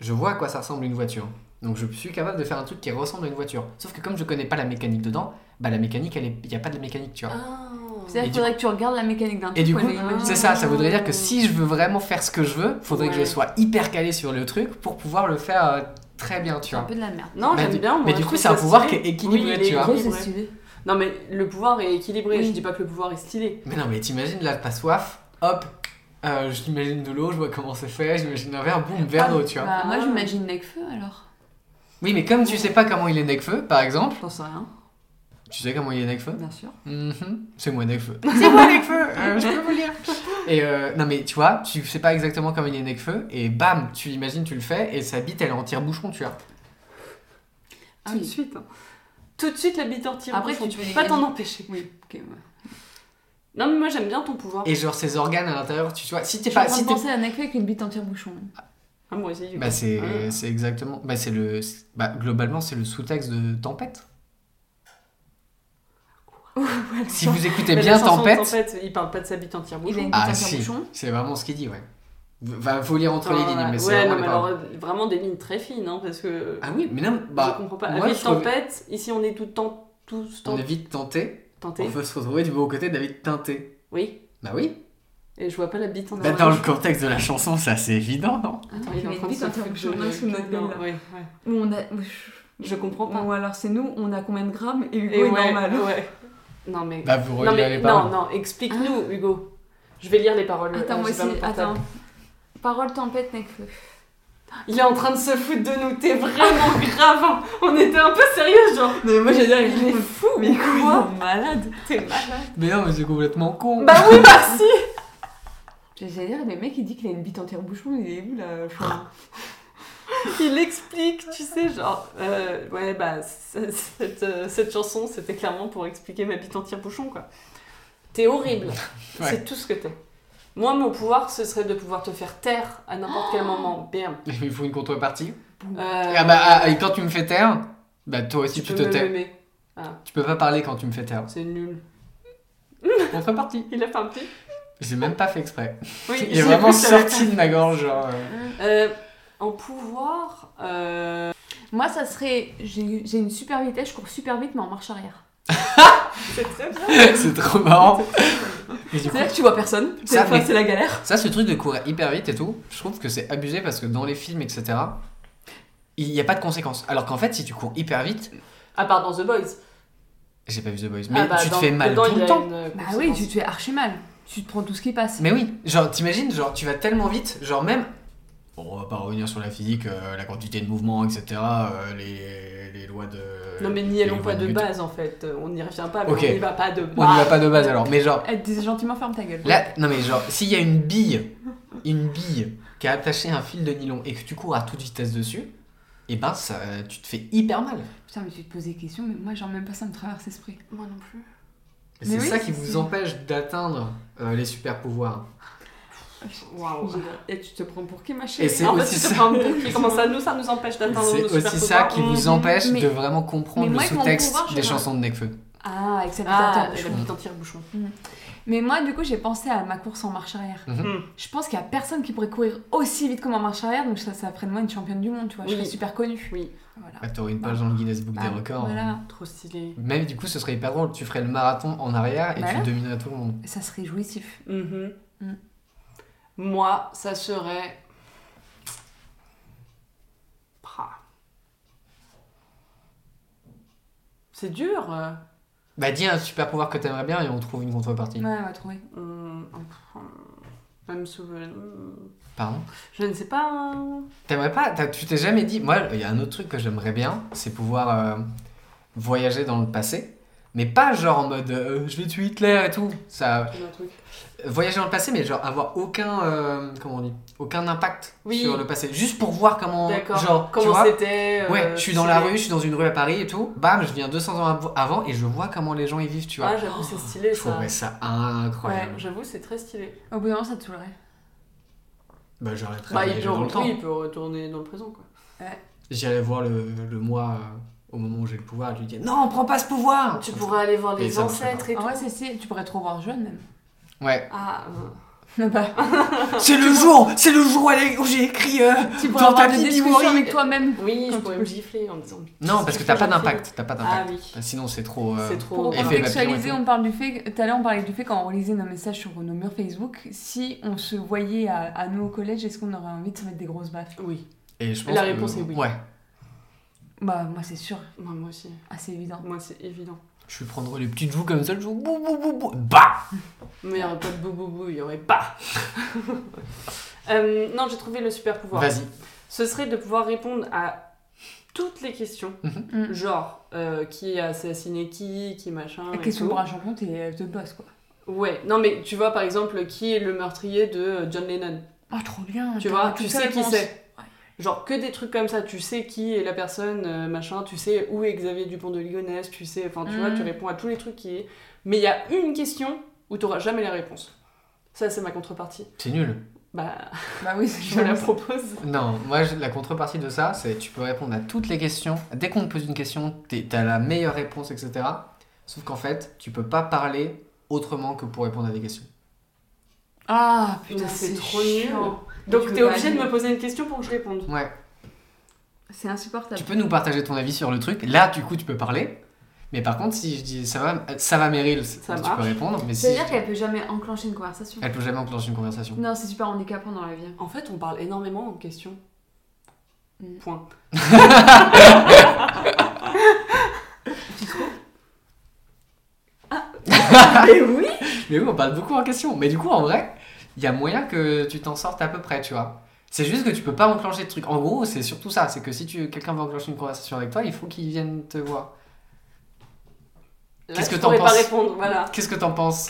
Speaker 2: je vois à quoi ça ressemble une voiture. Donc je suis capable de faire un truc qui ressemble à une voiture. Sauf que comme je connais pas la mécanique dedans, bah la mécanique, il n'y a pas de mécanique, tu vois.
Speaker 1: Ah.
Speaker 4: C'est-à-dire qu'il
Speaker 2: Et du
Speaker 4: faudrait que tu regardes la mécanique d'un truc.
Speaker 2: Et du
Speaker 4: pour
Speaker 2: coup,
Speaker 4: Ah, aller imaginer.
Speaker 2: C'est ça, ça voudrait dire que si je veux vraiment faire ce que je veux, faudrait que je
Speaker 1: Ouais.
Speaker 2: sois hyper calé sur le truc pour pouvoir le faire euh, très bien, tu
Speaker 4: C'est un
Speaker 2: vois.
Speaker 4: peu de la merde.
Speaker 1: Non,
Speaker 2: Mais
Speaker 1: j'aime
Speaker 2: du-
Speaker 1: bien. moi,
Speaker 2: Bah, mais
Speaker 1: je
Speaker 2: du coup,
Speaker 1: trouve
Speaker 2: c'est un
Speaker 1: ça
Speaker 2: pouvoir
Speaker 1: stylé.
Speaker 2: qui est équilibré,
Speaker 1: Oui, il est
Speaker 2: tu vois.
Speaker 4: Ouais, c'est
Speaker 1: équilibré.
Speaker 4: stylé.
Speaker 1: Non, mais le pouvoir est équilibré.
Speaker 4: Oui.
Speaker 1: Je dis pas que le pouvoir est stylé.
Speaker 2: Mais non, mais t'imagines, là, t'as soif, hop, euh, je t'imagine de l'eau, je vois comment c'est fait, j'imagine un verre, boum, verre d'eau, tu vois.
Speaker 4: Bah, moi
Speaker 1: Ah.
Speaker 4: j'imagine Necfeu alors.
Speaker 2: Oui, mais comme tu sais pas comment il est Necfeu, par exemple,
Speaker 4: J'en sais rien,
Speaker 2: tu sais comment il est Necfeu
Speaker 4: bien sûr.
Speaker 2: Mhm, C'est moi Necfeu. C'est moi Necfeu, euh, je peux vous lire. Et euh, non, mais tu vois, tu sais pas exactement comment il est Necfeu, et bam, tu l'imagines, tu le fais, et sa bite, elle est en tire-bouchon, tu vois.
Speaker 4: Ah
Speaker 1: Tout de
Speaker 4: oui.
Speaker 1: suite. hein. Tout de suite, la bite en tire.
Speaker 4: Après, tu
Speaker 1: tu
Speaker 4: peux les
Speaker 1: peux pas t'en
Speaker 4: gagner.
Speaker 1: empêcher.
Speaker 4: Oui, ok. ouais.
Speaker 1: Non, mais moi, j'aime bien ton pouvoir.
Speaker 2: Et genre, ses organes à l'intérieur, tu vois, si t'es
Speaker 4: Je suis en
Speaker 2: pas.
Speaker 4: train
Speaker 2: Si
Speaker 4: de
Speaker 2: t'es...
Speaker 4: penser à Necfeu avec une bite en tire-bouchon.
Speaker 1: Ah, moi aussi.
Speaker 2: Bah, c'est,
Speaker 1: Ah.
Speaker 2: c'est exactement. Bah, c'est le. Bah, globalement, c'est le sous-texte de Tempête. Si vous écoutez
Speaker 1: Mais
Speaker 2: bien
Speaker 1: la chanson Bah, de
Speaker 2: Tempête,
Speaker 1: il parle pas de sa bite en tire
Speaker 4: Il a une
Speaker 1: bouchon.
Speaker 4: bite
Speaker 2: Ah
Speaker 4: en
Speaker 2: si,
Speaker 4: tire-bouchon.
Speaker 2: c'est vraiment ce qu'il dit, ouais. Va, faut lire entre les lignes, Ah, mais c'est
Speaker 1: Ah, ouais, non,
Speaker 2: vraiment
Speaker 1: mais
Speaker 2: les
Speaker 1: alors,
Speaker 2: paroles.
Speaker 1: euh, vraiment des lignes très fines, hein, parce que
Speaker 2: Ah oui, mais non, bah,
Speaker 1: je comprends pas.
Speaker 2: moi,
Speaker 1: Avec
Speaker 2: je trouve-
Speaker 1: tempête, ici on est tout le temps tous
Speaker 2: on
Speaker 1: temps-
Speaker 2: est vite tenté,
Speaker 1: tentés.
Speaker 2: on peut se retrouver du bon côté David Tinté.
Speaker 1: Oui,
Speaker 2: Bah oui.
Speaker 1: et je vois pas la bite en
Speaker 2: Bah, dans le contexte de la chanson, c'est assez évident, non
Speaker 1: Attends,
Speaker 3: Il
Speaker 1: il est
Speaker 3: a
Speaker 1: en
Speaker 3: une
Speaker 1: train de
Speaker 3: bite en
Speaker 1: se
Speaker 3: tire-bouchon,
Speaker 1: foutre de-
Speaker 3: là, sous notre gueule, là.
Speaker 1: Ouais, ouais.
Speaker 3: Où on a... où
Speaker 1: Je comprends pas.
Speaker 3: Ou alors c'est nous, on a combien de grammes et Hugo
Speaker 1: Et
Speaker 3: est
Speaker 1: ouais,
Speaker 3: normal.
Speaker 1: ouais. Non mais.
Speaker 2: Bah vous
Speaker 1: non,
Speaker 2: relisez
Speaker 1: mais
Speaker 2: les
Speaker 1: non,
Speaker 2: paroles.
Speaker 1: non, explique-nous, Hugo. Je vais lire les paroles.
Speaker 4: Ah. Attends,
Speaker 1: euh,
Speaker 4: moi
Speaker 1: j'ai pas
Speaker 4: aussi,
Speaker 1: mon portable.
Speaker 4: attends. Parole tempête, Necfeu.
Speaker 1: Il est en train de se foutre de nous, t'es vraiment grave. hein. On était un peu sérieux, genre.
Speaker 3: Mais moi j'ai dire, il est
Speaker 1: fou,
Speaker 3: mais
Speaker 1: quoi
Speaker 3: complètement malade.
Speaker 1: T'es malade.
Speaker 2: Mais non, mais c'est complètement con.
Speaker 1: Bah oui, merci.
Speaker 4: J'allais dire, le mec il dit qu'il a une bite en tire-bouchon, il est où là Enfin,
Speaker 1: Il explique, tu sais, genre, euh, ouais, bah, c- cette, euh, cette chanson, c'était clairement pour expliquer ma bite en tire-bouchon, quoi. T'es horrible, c'est tout ce que t'es. Moi, mon pouvoir, ce serait de pouvoir te faire taire à n'importe
Speaker 4: Ah.
Speaker 1: quel moment. Bien.
Speaker 2: Mais il faut une contrepartie.
Speaker 1: Euh,
Speaker 2: Ah bah, ah, et quand tu me fais taire, bah toi aussi tu,
Speaker 1: peux
Speaker 2: te
Speaker 1: me
Speaker 2: tais.
Speaker 1: l'aimer.
Speaker 2: Tu peux pas parler quand tu me fais taire.
Speaker 1: C'est nul.
Speaker 2: Contrepartie.
Speaker 1: Il a fait un petit.
Speaker 2: J'ai même pas fait exprès.
Speaker 1: Oui,
Speaker 2: Il
Speaker 1: j'ai
Speaker 2: est vraiment
Speaker 1: vu que t'avais
Speaker 2: sorti de ma gorge, genre. euh.
Speaker 1: fait. Euh, en pouvoir, euh,
Speaker 4: Moi ça serait. J'ai j'ai une super vitesse, je cours super vite mais en marche arrière.
Speaker 1: c'est très bien.
Speaker 2: euh. c'est trop marrant. Et du coup,
Speaker 4: C'est-à-dire que tu vois personne,
Speaker 2: Ça,
Speaker 4: c'est
Speaker 2: mais-
Speaker 4: c'est la galère.
Speaker 2: Ça, ce truc de courir hyper vite et tout, je trouve que c'est abusé parce que dans les films, etc., il n'y a pas de conséquences. Alors qu'en fait, si tu cours hyper vite,
Speaker 1: À part dans Ah, The Boys.
Speaker 2: j'ai pas vu The Boys, mais
Speaker 1: Ah bah,
Speaker 2: tu te
Speaker 1: dans-
Speaker 2: fais mal
Speaker 1: dedans,
Speaker 2: tout
Speaker 1: il
Speaker 2: le
Speaker 1: a
Speaker 2: temps.
Speaker 1: une, euh,
Speaker 4: Bah oui,
Speaker 1: conséquence.
Speaker 4: tu te fais archi mal. Tu te prends tout ce qui passe.
Speaker 2: Mais oui, genre, t'imagines, genre, tu vas tellement vite, genre même. Bon, on va pas revenir sur la physique, euh, la quantité de mouvement, etc., euh, les, les lois de.
Speaker 1: Non mais n'y
Speaker 2: les
Speaker 1: allons
Speaker 2: lois
Speaker 1: pas de
Speaker 2: Newton.
Speaker 1: base Ah. en fait, Euh, on n'y revient pas, mais
Speaker 2: Ok.
Speaker 1: on n'y va pas de base.
Speaker 2: On n'y va pas de base alors, mais genre.
Speaker 4: Elle te disait gentiment ferme ta gueule.
Speaker 2: Là, non mais genre, s'il y a une bille, une bille qui a attaché un fil de nylon et que tu cours à toute vitesse dessus, et ben ça, tu te fais hyper mal.
Speaker 4: Putain, mais tu te posais des questions, mais moi, genre, même pas ça me traverse l'esprit.
Speaker 1: Moi non plus.
Speaker 2: Et
Speaker 4: Mais
Speaker 2: C'est
Speaker 4: oui,
Speaker 2: ça qui
Speaker 4: c'est-
Speaker 2: vous
Speaker 4: c'est-
Speaker 2: empêche d'atteindre euh, les super pouvoirs.
Speaker 1: Waouh.
Speaker 3: Et tu te prends pour qui ma
Speaker 2: Et
Speaker 3: chérie
Speaker 2: c'est
Speaker 1: En fait,
Speaker 2: aussi
Speaker 1: tu te
Speaker 2: ça,
Speaker 1: prends un bouc qui commence à nous, ça nous empêche d'atteindre
Speaker 2: c'est
Speaker 1: nos super
Speaker 2: aussi ça
Speaker 1: pouvoirs.
Speaker 2: qui
Speaker 1: Mmh.
Speaker 2: vous empêche
Speaker 4: Mais-
Speaker 2: de vraiment comprendre
Speaker 4: mais moi,
Speaker 2: le
Speaker 4: avec mon
Speaker 2: sous-texte
Speaker 4: pouvoir, je
Speaker 2: des
Speaker 4: vois-
Speaker 2: chansons de Necfeu.
Speaker 4: Ah, avec sa
Speaker 1: Ah,
Speaker 4: bouche.
Speaker 1: elle habite en tire-bouchon.
Speaker 4: Mais moi, du coup, j'ai pensé à ma course en marche arrière.
Speaker 2: Mhm.
Speaker 3: Hmm.
Speaker 1: Mhm.
Speaker 4: Je pense qu'il y a personne qui pourrait courir aussi vite comme en marche arrière, donc ça, ça ferait de moi une championne du monde, tu vois. Je
Speaker 1: Oui.
Speaker 4: serais super connue.
Speaker 1: Oui.
Speaker 4: Voilà.
Speaker 2: Ah, T'aurais une page dans le Guinness Book des
Speaker 4: Bah,
Speaker 2: records. hein.
Speaker 4: Voilà.
Speaker 1: Trop stylé.
Speaker 2: Même du coup, ce serait hyper drôle. Tu ferais le marathon en arrière et
Speaker 4: Voilà.
Speaker 2: tu dominerais tout le monde.
Speaker 4: Ça serait jouissif.
Speaker 1: Mhm.
Speaker 4: Mm.
Speaker 1: Moi, ça serait. Pah. C'est dur. euh.
Speaker 2: Bah, dis un super pouvoir que t'aimerais bien et on trouve une contrepartie.
Speaker 4: Ouais, on va trouver.
Speaker 1: Mmh. Même souvenir. Mmh.
Speaker 2: Pardon
Speaker 1: Je ne sais pas. hein.
Speaker 2: T'aimerais pas t'as- Tu t'es jamais dit Moi, il y a un autre truc que j'aimerais bien, c'est pouvoir euh, voyager dans le passé. Mais pas genre en mode euh, je vais tuer Hitler et tout. Ça,
Speaker 1: un truc.
Speaker 2: voyager dans le passé, mais genre avoir aucun, euh, comment on dit, aucun impact
Speaker 1: Oui.
Speaker 2: sur le passé. Juste pour voir comment,
Speaker 1: D'accord.
Speaker 2: Euh, genre, tu
Speaker 1: Comment
Speaker 2: vois,
Speaker 1: c'était euh,
Speaker 2: Ouais, je suis dans la rue, je suis dans une rue à Paris et tout. Bam, je viens 200 ans av- avant et je vois comment les gens y vivent, tu vois. euh,
Speaker 1: Ah, j'avoue, c'est stylé
Speaker 2: je
Speaker 1: ça.
Speaker 2: trouverais ça incroyable.
Speaker 1: Ouais, j'avoue, c'est très stylé.
Speaker 4: Au bout d'un moment, ça te saoulerait.
Speaker 2: Bah, j'arrêterai
Speaker 1: Bah,
Speaker 2: de
Speaker 1: il
Speaker 2: voyager
Speaker 1: peut,
Speaker 2: dans le temps.
Speaker 1: oui, il peut retourner dans le présent, quoi.
Speaker 2: J'irai voir le, le moi euh, au moment où j'ai le pouvoir et lui dire Non, prends pas ce pouvoir
Speaker 1: Tu pourrais aller voir
Speaker 2: Et
Speaker 1: les
Speaker 2: Ah, ça me ferait
Speaker 1: ancêtres et
Speaker 4: En
Speaker 1: tout.
Speaker 4: vrai, c'est- c'est- tu pourrais trop voir jeune même.
Speaker 2: Ouais.
Speaker 1: Ah, euh,
Speaker 4: Non, bah,
Speaker 2: C'est le jour C'est le jour où elle est- où j'ai écrit euh,
Speaker 4: tu pourrais
Speaker 2: Dans
Speaker 4: avoir
Speaker 2: ta
Speaker 4: des
Speaker 2: vie,
Speaker 4: discussions
Speaker 2: Dimitri.
Speaker 4: avec toi-même.
Speaker 1: oui, je
Speaker 4: Quand
Speaker 1: pourrais
Speaker 4: tu
Speaker 1: me
Speaker 4: peux-
Speaker 1: gifler en disant.
Speaker 2: Non, parce que t'as pas
Speaker 1: Qu'est-ce que
Speaker 2: d'impact. T'as pas
Speaker 1: Ah
Speaker 2: d'impact.
Speaker 1: oui,
Speaker 2: Sinon, c'est trop. euh,
Speaker 1: c'est trop.
Speaker 4: Pour
Speaker 2: Effet
Speaker 4: contextualiser,
Speaker 2: papillon et tout.
Speaker 4: on parle du fait. que- Tout à l'heure, on parlait du fait quand on lisait nos messages sur nos murs Facebook, si on se voyait à, à nous au collège, est-ce qu'on aurait envie de se mettre des grosses baffes
Speaker 1: Oui,
Speaker 2: Et je pense
Speaker 1: La
Speaker 2: que-
Speaker 1: réponse est oui.
Speaker 2: Ouais.
Speaker 4: Bah, moi, c'est sûr,
Speaker 1: moi, moi aussi.
Speaker 4: assez évident.
Speaker 1: Moi, c'est évident.
Speaker 2: Je lui prendrais les petites joues comme ça, je joue bou bou bou bou. Bah
Speaker 1: Mais il n'y aurait pas de boubou, il y aurait pas. Euh, non, j'ai trouvé le super pouvoir.
Speaker 2: Vas-y.
Speaker 1: Ce serait de pouvoir répondre à toutes les questions,
Speaker 2: Mhm.
Speaker 4: Mm.
Speaker 1: genre euh, qui a assassiné qui, qui machin. et
Speaker 4: Question
Speaker 1: tout.
Speaker 4: pour un champion, t'es euh, de boss quoi.
Speaker 1: Ouais, non mais tu vois par exemple qui est le meurtrier de euh, John Lennon.
Speaker 4: Ah, trop bien.
Speaker 1: Tu
Speaker 4: t'as
Speaker 1: vois,
Speaker 4: toutes
Speaker 1: tu
Speaker 4: les
Speaker 1: sais qui
Speaker 4: réponses.
Speaker 1: c'est. Genre que des trucs comme ça, tu sais qui est la personne, euh, machin, tu sais où est Xavier Dupont de Ligonnès, tu sais, enfin tu vois,
Speaker 4: Mm.
Speaker 1: tu réponds à tous les trucs qui est. Mais il y a une question où t'auras jamais la réponse. Ça c'est ma contrepartie.
Speaker 2: C'est nul.
Speaker 1: Bah,
Speaker 4: Bah oui, c'est
Speaker 1: je te la
Speaker 4: pro.
Speaker 1: propose.
Speaker 2: Non, moi je- la contrepartie de ça, c'est tu peux répondre à toutes les questions. Dès qu'on te pose une question, t'es- t'as la meilleure réponse, etc. Sauf qu'en fait, tu peux pas parler autrement que pour répondre à des questions.
Speaker 4: Ah,
Speaker 1: Putain,
Speaker 4: putain,
Speaker 1: c'est trop nul.
Speaker 4: chiant.
Speaker 1: Donc
Speaker 4: Tu
Speaker 1: t'es
Speaker 4: peux pas
Speaker 1: obligé de
Speaker 4: aller.
Speaker 1: me poser une question pour que je réponde.
Speaker 2: Ouais.
Speaker 3: C'est insupportable.
Speaker 2: Tu peux nous partager ton avis sur le truc. Là, du coup, tu peux parler. Mais par contre, si je dis ça va, ça va Meryl, tu
Speaker 1: marche.
Speaker 2: peux répondre. Mais si
Speaker 3: C'est-à-dire qu'elle peut jamais enclencher une conversation.
Speaker 2: elle peut jamais enclencher une conversation.
Speaker 3: Non, c'est super handicapant dans la
Speaker 4: hein.
Speaker 3: vie.
Speaker 1: En fait, on parle énormément en question.
Speaker 4: Mm.
Speaker 1: Point.
Speaker 3: Mais oui
Speaker 2: Mais oui, on parle beaucoup en question. Mais du coup, en vrai, il y a moyen que tu t'en sortes à peu près, tu vois. C'est juste que tu peux pas enclencher de trucs. En gros, c'est surtout ça. C'est que si tu quelqu'un veut enclencher une conversation avec toi, il faut qu'il vienne te voir.
Speaker 1: Là,
Speaker 2: Qu'est-ce
Speaker 1: je
Speaker 2: que t'en
Speaker 1: pourrais pas
Speaker 2: penses
Speaker 1: répondre, voilà.
Speaker 2: Qu'est-ce que t'en penses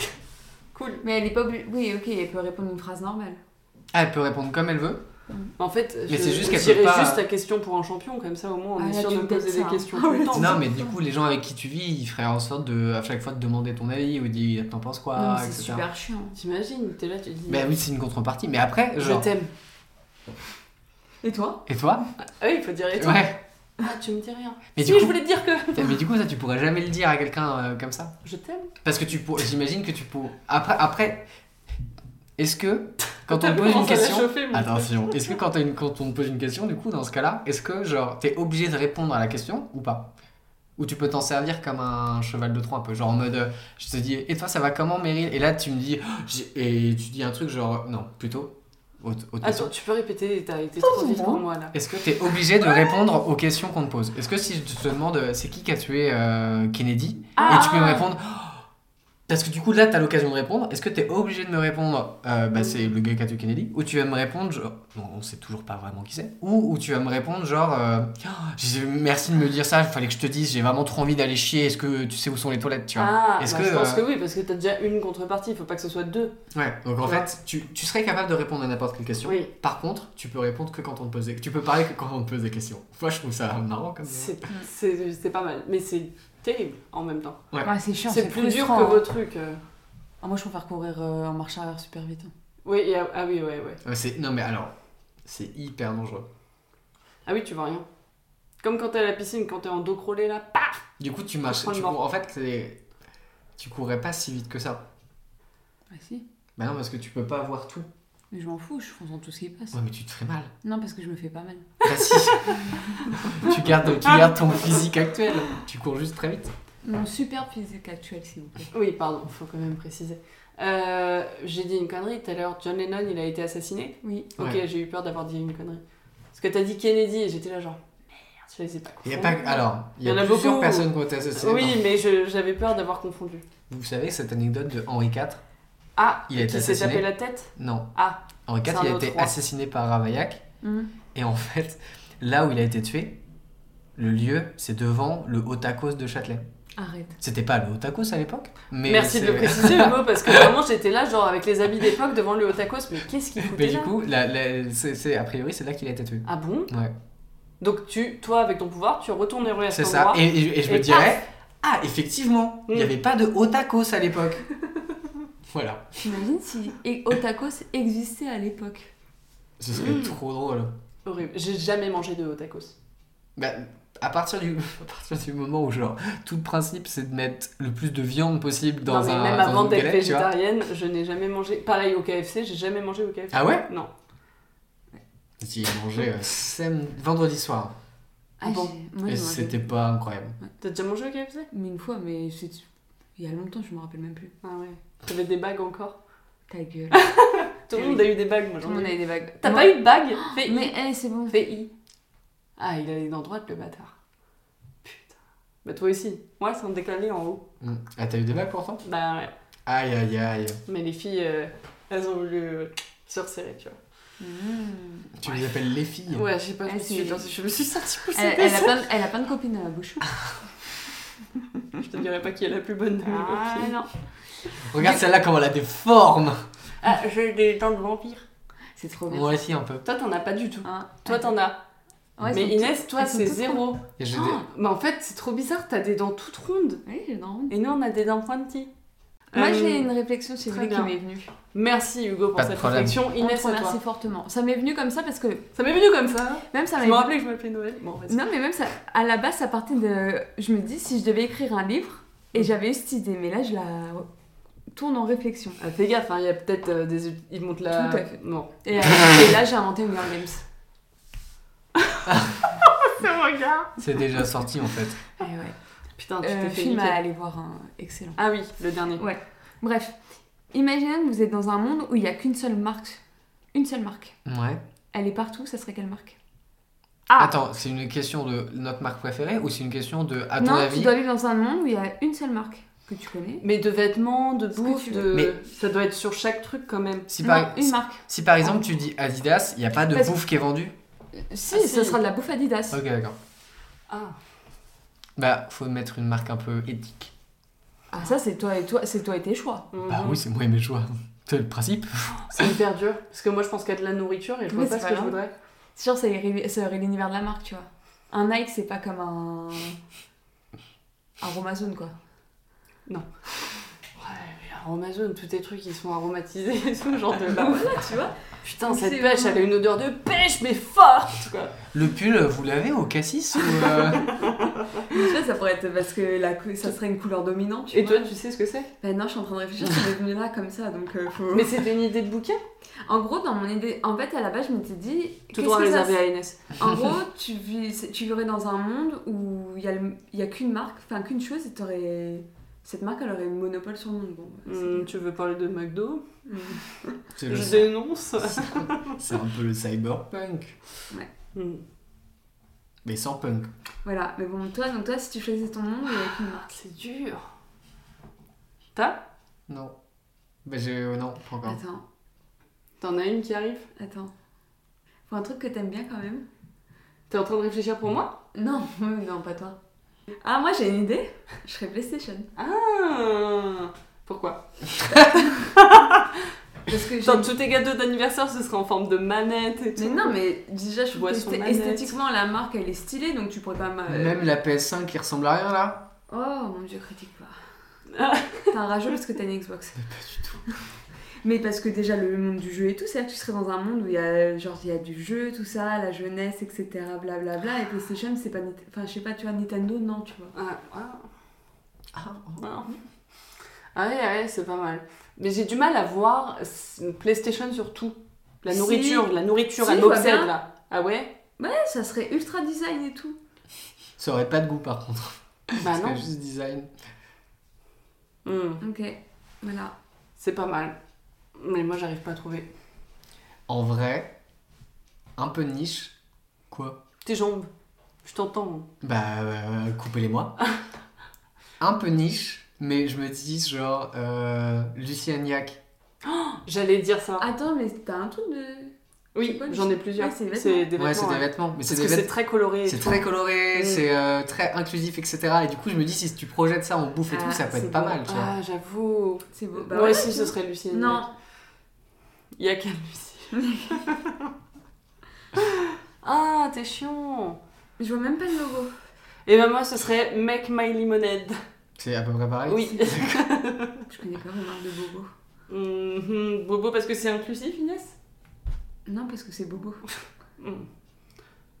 Speaker 1: Cool.
Speaker 3: Mais elle est pas obligée. Oui, ok, elle peut répondre une phrase normale.
Speaker 2: Ah, Elle peut répondre comme elle veut.
Speaker 1: En fait,
Speaker 2: Mais
Speaker 1: je-
Speaker 2: c'est juste qu'elle
Speaker 1: j'irai
Speaker 2: peut pas-
Speaker 1: juste la question pour un champion, comme ça au moins on
Speaker 3: Ah,
Speaker 1: est
Speaker 3: là,
Speaker 1: sûr
Speaker 3: tu
Speaker 1: de
Speaker 3: me
Speaker 1: poser
Speaker 3: pètes
Speaker 1: des
Speaker 3: ça.
Speaker 1: questions
Speaker 3: Ah
Speaker 1: tout le
Speaker 3: ouais,
Speaker 1: temps.
Speaker 2: Non, mais du coup, les gens avec qui tu vis, ils feraient en sorte de, à chaque fois, de demander ton avis ou de dire t'en penses quoi,
Speaker 4: Ah,
Speaker 3: Non, mais c'est
Speaker 2: etc.
Speaker 3: super chiant.
Speaker 1: T'imagines, t'es là, tu dis.
Speaker 2: Mais oui, c'est une contrepartie. Mais après,
Speaker 1: je
Speaker 2: genre.
Speaker 1: t'aime.
Speaker 3: Et toi
Speaker 2: Et toi
Speaker 1: Ah oui, il faut dire et toi.
Speaker 2: Ouais.
Speaker 1: Ah, tu me dis rien.
Speaker 2: Mais
Speaker 1: si,
Speaker 2: du
Speaker 1: je
Speaker 2: coup-
Speaker 1: voulais te dire que.
Speaker 2: Mais du coup, ça, tu pourrais jamais le dire à quelqu'un euh, comme ça.
Speaker 1: Je t'aime.
Speaker 2: Parce que tu pour... j'imagine que tu peux. Après, après est-ce que quand on
Speaker 1: T'as
Speaker 2: te
Speaker 1: vu
Speaker 2: pose
Speaker 1: comment
Speaker 2: une
Speaker 1: ça l'a
Speaker 2: question.
Speaker 1: chauffé, mon truc
Speaker 2: Attention, est-ce que quand, t'as une- quand on te pose une question, du coup, dans ce cas-là, est-ce que genre t'es obligé de répondre à la question ou pas Ou tu peux t'en servir comme un cheval de Troie un peu, genre en mode euh, je te dis et toi ça va comment Meryl Et là tu me dis Oh, j'ai- et tu dis un truc genre non, plutôt autre, autre question.
Speaker 1: Attends, tu peux répéter, t'as été trop vite pour moi là.
Speaker 2: Est-ce que t'es obligé de répondre aux questions qu'on te pose Est-ce que si je te demande euh, c'est qui qui a tué euh, Kennedy
Speaker 1: Ah.
Speaker 2: et tu peux me répondre. Parce que du coup, là, t'as l'occasion de répondre. Est-ce que t'es obligé de me répondre euh, bah, c'est le gars qui a tué Kennedy Ou tu vas me répondre, genre, non, on sait toujours pas vraiment qui c'est. Ou, ou tu vas me répondre, genre, euh, Oh, j'ai- merci de me dire ça, il fallait que je te dise, j'ai vraiment trop envie d'aller chier, est-ce que tu sais où sont les toilettes, tu vois
Speaker 1: Ah,
Speaker 2: Est-ce
Speaker 1: bah,
Speaker 2: que,
Speaker 1: je pense
Speaker 2: euh,
Speaker 1: que oui, parce que t'as déjà une contrepartie, il faut pas que ce soit deux.
Speaker 2: Ouais, donc en
Speaker 1: Ouais.
Speaker 2: fait, tu, tu serais capable de répondre à n'importe quelle question.
Speaker 1: Oui,
Speaker 2: Par contre, tu peux répondre que quand on te pose des Tu peux parler que quand on te pose des questions. Moi, je trouve ça marrant comme ça.
Speaker 1: c'est c'est- c'est pas mal, mais c'est terrible en même temps.
Speaker 4: Ouais, Ah, c'est chiant,
Speaker 1: C'est plus dur que
Speaker 4: frustrant.
Speaker 1: vos trucs. euh.
Speaker 4: Ah, moi, je préfère courir euh, en marche arrière super vite. hein.
Speaker 1: Oui, et ah ah oui, ouais, ouais.
Speaker 2: Ouais, c'est- Non, mais alors, c'est hyper dangereux.
Speaker 1: Ah oui, tu vois rien. Comme quand t'es à la piscine, quand t'es en dos crawlé là, paf
Speaker 2: Du coup, tu marches.
Speaker 1: prends le
Speaker 2: tu
Speaker 1: mort.
Speaker 2: cours- en fait, c'est- tu courrais pas si vite que ça.
Speaker 4: Ah, si.
Speaker 2: Bah non, parce que tu peux pas voir tout.
Speaker 4: Mais je m'en fous, je fonce dans tout ce qui passe.
Speaker 2: Ouais, mais tu te ferais mal.
Speaker 4: Non, parce que je me fais pas mal.
Speaker 2: Bah si. tu, gardes, tu gardes ton physique actuel. Tu cours juste très vite.
Speaker 4: Mon superbe physique actuel, s'il vous plaît.
Speaker 1: Oui, pardon, faut quand même préciser. Euh, j'ai dit une connerie tout à l'heure. John Lennon, il a été assassiné.
Speaker 4: Oui.
Speaker 1: Ok,
Speaker 2: Ouais.
Speaker 1: j'ai eu peur d'avoir dit une connerie. Parce que t'as dit Kennedy et j'étais là genre, merde, je les ai pas
Speaker 2: Il y a
Speaker 1: confondus.
Speaker 2: pas. Alors, il y
Speaker 1: Il y en
Speaker 2: a
Speaker 1: a
Speaker 2: plusieurs
Speaker 1: beaucoup.
Speaker 2: personnes qui ont été assassinées.
Speaker 1: Oui,
Speaker 2: Non.
Speaker 1: mais je- j'avais peur d'avoir confondu.
Speaker 2: Vous savez cette anecdote de Henri IV
Speaker 1: Ah,
Speaker 2: Il a été
Speaker 1: qui s'est
Speaker 2: assassiné.
Speaker 1: tapé la tête
Speaker 2: Non.
Speaker 1: Ah.
Speaker 2: Henri IV,
Speaker 1: C'est un
Speaker 2: il a
Speaker 1: autre
Speaker 2: été
Speaker 1: roi. Mmh.
Speaker 2: assassiné par Ravaillac.
Speaker 4: Hum.
Speaker 2: Et en fait, là où il a été tué, le lieu, c'est devant le Haut-Tacos de Châtelet.
Speaker 1: Arrête.
Speaker 2: C'était pas le Otakos à l'époque mais
Speaker 1: Merci de
Speaker 2: c'est-
Speaker 1: le préciser, Hugo, parce que vraiment j'étais là, genre avec les habits d'époque devant le Otakos, mais qu'est-ce qu'il foutait
Speaker 2: Mais du
Speaker 1: là
Speaker 2: coup, la- la- c'est- c'est- a priori, c'est là qu'il a été tué.
Speaker 1: Ah bon
Speaker 2: Ouais.
Speaker 1: Donc tu, toi, avec ton pouvoir, tu retournes les rues à
Speaker 2: C'est
Speaker 1: cet
Speaker 2: ça.
Speaker 1: endroit.
Speaker 2: Et, et- et je me
Speaker 1: Et
Speaker 2: dirais, ah, effectivement, il n'y
Speaker 1: Mm.
Speaker 2: avait pas de Otakos à l'époque. voilà.
Speaker 4: T'imagines si et Otakos existait à l'époque
Speaker 2: Ce serait
Speaker 1: Mm.
Speaker 2: trop drôle.
Speaker 1: Horrible. J'ai jamais mangé de Otakos.
Speaker 2: Bah, à partir du, à partir du moment où, genre, tout le principe, c'est de mettre le plus de viande possible dans
Speaker 1: non, mais
Speaker 2: un.
Speaker 1: même
Speaker 2: dans
Speaker 1: avant
Speaker 2: une
Speaker 1: d'être
Speaker 2: galette, tu vois.
Speaker 1: végétarienne, je n'ai jamais mangé. Pareil au KFC, j'ai jamais mangé au KFC.
Speaker 2: Ah ouais
Speaker 1: Non.
Speaker 2: J'y ai mangé euh, sam- vendredi soir.
Speaker 1: Ah bon.
Speaker 4: j'ai- moi,
Speaker 2: et
Speaker 4: je me rappelle.
Speaker 2: c'était pas incroyable.
Speaker 1: T'as déjà mangé au KFC
Speaker 4: Mais une fois, mais c'est... il y a longtemps, je me rappelle même plus.
Speaker 1: Ah ouais. T'avais des bagues encore
Speaker 4: Ta gueule.
Speaker 1: Tout
Speaker 4: Eh
Speaker 1: le
Speaker 4: oui.
Speaker 1: monde a eu des bagues, moi
Speaker 4: Tout
Speaker 1: j'en
Speaker 4: le monde
Speaker 1: ai eu.
Speaker 4: avait
Speaker 1: Ah,
Speaker 4: des vagues.
Speaker 1: T'as
Speaker 4: Moi-
Speaker 1: pas eu de bagues Fais
Speaker 4: Mais
Speaker 1: I.
Speaker 4: eh, c'est bon.
Speaker 1: Fais I. Ah, il a les dents droites, le bâtard. Putain. Bah toi aussi. Moi, c'est un décalé en haut.
Speaker 2: Mm. Ah, t'as eu des bagues pourtant
Speaker 1: Bah ouais.
Speaker 2: Aïe, aïe, aïe.
Speaker 1: Mais les filles, euh, elles ont voulu euh, se resserrer, tu vois. Ah,
Speaker 4: Mmh.
Speaker 2: Tu les appelles les filles
Speaker 1: Ouais, je sais pas, je me
Speaker 4: Elles
Speaker 1: suis,
Speaker 4: sont-
Speaker 1: genre, je me suis sentie poussée.
Speaker 4: Elle, elle a plein de, elle a plein de copines euh, à la bouche.
Speaker 1: Je te dirais pas qui est la plus bonne de mes copines.
Speaker 4: non.
Speaker 2: Regarde celle-là, comment elle a des formes
Speaker 1: Ah, j'ai des dents de vampire.
Speaker 4: C'est trop bien.
Speaker 2: Moi aussi, un peu.
Speaker 1: Toi, t'en as pas du tout.
Speaker 4: Hein.
Speaker 1: Toi, t'en as. mais
Speaker 4: Ouais, c'est-
Speaker 1: Inès, toi,
Speaker 4: elles sont
Speaker 1: c'est
Speaker 4: toutes
Speaker 1: zéro.
Speaker 2: Et je
Speaker 1: Oh, mais en fait, c'est trop bizarre, t'as des dents toutes rondes.
Speaker 4: Oui, j'ai dans-
Speaker 1: Et nous, on a des dents pointies.
Speaker 4: Moi,
Speaker 1: Euh,
Speaker 4: j'ai une réflexion chez
Speaker 1: très
Speaker 4: lui qui
Speaker 1: bien.
Speaker 4: m'est venue.
Speaker 1: Merci Hugo pour
Speaker 2: Pas de
Speaker 1: cette
Speaker 2: problème.
Speaker 1: réflexion.
Speaker 4: On te
Speaker 1: Inès, à toi.
Speaker 4: remercie fortement. Ça m'est venu comme ça parce que
Speaker 1: Ça m'est venu comme ça.
Speaker 4: même ça
Speaker 1: Je
Speaker 4: m'est
Speaker 1: me
Speaker 4: venu-
Speaker 1: rappelais que je m'appelais Noël. Bon, vas-y.
Speaker 4: Ah, Non, mais même ça, à la base, ça partait de. Je me dis si je devais écrire un livre, et j'avais eu cette idée, mais là, je la tourne en réflexion.
Speaker 1: Ah, fais gaffe, hein, il y a peut-être euh, des. Ils montent la.
Speaker 4: Tout à fait.
Speaker 1: Non.
Speaker 4: Et, euh, et là, j'ai inventé Hunger Games.
Speaker 1: Ah.
Speaker 2: C'est déjà sorti en fait.
Speaker 4: Et Eh ouais.
Speaker 1: Putain, tu
Speaker 4: Euh,
Speaker 1: t'es fait
Speaker 4: film
Speaker 1: niquer.
Speaker 4: à aller voir, hein, excellent.
Speaker 1: Ah oui, le dernier.
Speaker 4: Ouais. Bref, imaginez que vous êtes dans un monde où il n'y a qu'une seule marque. Une seule marque.
Speaker 2: Ouais.
Speaker 4: Elle est partout, ça serait quelle marque
Speaker 1: Ah.
Speaker 2: Attends, c'est une question de notre marque préférée ou c'est une question de, à ton
Speaker 4: Non,
Speaker 2: avis
Speaker 4: tu dois vivre dans un monde où il y a une seule marque que tu connais.
Speaker 1: Mais de vêtements, de
Speaker 4: que
Speaker 1: bouffe,
Speaker 4: tu
Speaker 1: de.
Speaker 4: veux.
Speaker 2: Mais-
Speaker 1: Ça doit être sur chaque truc quand même.
Speaker 2: si,
Speaker 4: Non,
Speaker 2: par...
Speaker 4: une marque.
Speaker 2: si par exemple tu dis Adidas, il n'y a pas de
Speaker 4: Parce-
Speaker 2: bouffe qui est vendue
Speaker 4: Si,
Speaker 1: Ah, si.
Speaker 4: ça sera de la bouffe Adidas.
Speaker 2: Ok, d'accord.
Speaker 1: Ah.
Speaker 2: Bah, faut mettre une marque un peu éthique.
Speaker 4: Ah, ça, c'est toi, et toi, c'est toi et tes choix.
Speaker 2: Bah
Speaker 1: Mhm.
Speaker 2: oui, c'est moi et mes choix. C'est le principe.
Speaker 1: C'est hyper dur. Parce que moi, je pense qu'il y a de la nourriture et je
Speaker 4: Mais
Speaker 1: vois pas
Speaker 4: c'est
Speaker 1: ce
Speaker 4: pas
Speaker 1: que je
Speaker 4: grave.
Speaker 1: voudrais.
Speaker 4: C'est sûr, ça irait- ça aurait l'univers de la marque, tu vois. Un Nike, c'est pas comme un. Un Romazone, quoi.
Speaker 1: Ouais, mais Aromazone, tous tes trucs, ils sont aromatisés et tout, genre de là.
Speaker 4: tu vois
Speaker 1: Putain, cette
Speaker 4: C'est
Speaker 1: pêche,
Speaker 4: vraiment-
Speaker 1: elle a une odeur de pêche, mais forte quoi.
Speaker 2: Le pull, vous l'avez au cassis ou euh,
Speaker 4: Tu vois, ça pourrait être parce que la cou- ça serait une couleur dominante. Tu
Speaker 1: Et
Speaker 4: vois.
Speaker 1: toi, tu sais ce que c'est
Speaker 4: Ben non, je suis en train de réfléchir, c'est devenu là comme ça, donc euh, faut.
Speaker 1: Mais c'était une idée de bouquin
Speaker 4: En gros, dans mon idée, en fait, à la base, je m'étais dit.
Speaker 1: Tout
Speaker 4: qu'est-ce
Speaker 1: droit
Speaker 4: que ça-
Speaker 1: réservé à Inès.
Speaker 4: En gros, tu, vis, tu vivrais dans un monde où il n'y a, le- il y a qu'une marque, enfin qu'une chose, et t'aurais. Cette marque, elle aurait le monopole sur le monde. Bon, c'est-
Speaker 1: Hum, tu veux parler de McDo
Speaker 4: Mm.
Speaker 2: c'est le-
Speaker 1: Je dénonce.
Speaker 2: C'est un peu le cyberpunk.
Speaker 1: Hum.
Speaker 2: Mais sans punk.
Speaker 4: Voilà, mais bon, toi, donc toi, si tu choisissais ton monde, il n'y a qu'une marque.
Speaker 1: C'est dur.
Speaker 2: Non. Bah, j'ai. Non, pas encore.
Speaker 4: Attends,
Speaker 1: T'en as une qui arrive
Speaker 4: attends. Faut un truc que t'aimes bien quand même.
Speaker 1: T'es en train de réfléchir pour moi
Speaker 4: Non, oui, non, pas toi. Ah, moi, j'ai une idée. Je serais PlayStation.
Speaker 1: Ah, Pourquoi
Speaker 4: Parce que j'ai-
Speaker 1: Genre, tous tes gâteaux d'anniversaire, ce serait en forme de manette et tout.
Speaker 4: Mais non, mais déjà, je trouve
Speaker 1: Bois
Speaker 4: que
Speaker 1: son
Speaker 4: esthé-
Speaker 1: manette.
Speaker 4: esthétiquement, la marque, elle est stylée, donc tu pourrais pas
Speaker 1: Ah,
Speaker 4: mal.
Speaker 1: ben, euh,
Speaker 2: Même la PS5 qui ressemble à rien là
Speaker 4: Oh mon dieu, critique pas.
Speaker 1: Ah.
Speaker 4: T'es un rageux parce que t'as une Xbox.
Speaker 2: Pas du tout.
Speaker 4: Mais parce que déjà le monde du jeu et tout, c'est-à-dire que tu serais dans un monde où il y a genre il y a du jeu, tout ça, la jeunesse, etc. Blablabla. et PlayStation, c'est pas, Nit- enfin je sais pas, tu vois Nintendo, non, tu vois.
Speaker 1: Ah, ah. Ah. Ah ouais, ouais, c'est pas mal. Mais j'ai du mal à voir euh, PlayStation sur tout. La
Speaker 4: Si.
Speaker 1: nourriture, la nourriture,
Speaker 4: Si,
Speaker 1: elle
Speaker 4: je vois
Speaker 1: m'obsède
Speaker 4: bien.
Speaker 1: là. Ah ouais
Speaker 4: Ouais, ça serait ultra design et tout.
Speaker 2: Ça aurait pas de goût par contre.
Speaker 1: Bah
Speaker 2: C'est
Speaker 1: non.
Speaker 2: juste design.
Speaker 1: Hmm,
Speaker 4: Ok, voilà.
Speaker 1: c'est pas mal. Mais moi, j'arrive pas à trouver.
Speaker 2: En vrai, un peu de niche. Quoi
Speaker 1: Tes jambes, je t'entends.
Speaker 2: Bah, euh, coupez-les-moi. un peu niche, mais je me dis genre euh, Lucien Niac.
Speaker 1: J'allais dire ça.
Speaker 4: Attends, mais t'as un truc de
Speaker 1: Oui,
Speaker 3: Ah, quoi,
Speaker 1: j'en ai
Speaker 3: juste-
Speaker 1: plusieurs.
Speaker 3: Ouais, c'est des
Speaker 1: c'est des vêtements.
Speaker 2: Ouais, c'est des
Speaker 1: ouais.
Speaker 2: vêtements. Mais c'est
Speaker 1: Parce que
Speaker 2: des
Speaker 1: c'est
Speaker 2: vêtements.
Speaker 1: très coloré. et
Speaker 2: C'est
Speaker 1: tout.
Speaker 2: très coloré,
Speaker 1: Mm.
Speaker 2: c'est euh, très inclusif, etc. Et du coup, je me dis, si tu projettes ça en bouffe et tout,
Speaker 3: Ah,
Speaker 2: ça peut être
Speaker 3: c'est
Speaker 2: pas
Speaker 3: beau.
Speaker 2: mal, tu vois.
Speaker 1: Ah, j'avoue.
Speaker 3: C'est beau.
Speaker 4: Bah
Speaker 1: Moi aussi, ce serait Lucie.
Speaker 3: Bah Non.
Speaker 1: Il y a qu'à Lucie. ah, t'es chiant.
Speaker 3: Je vois même pas le logo.
Speaker 1: Et ben moi, ce serait Make My Lemonade.
Speaker 2: C'est à peu près
Speaker 3: Ah
Speaker 2: pareil.
Speaker 1: Oui.
Speaker 3: Je connais pas ma marque de Bobo.
Speaker 1: Mhm, Bobo, parce que c'est inclusif, Inès
Speaker 3: Non, parce que c'est Bobo.
Speaker 1: Mm.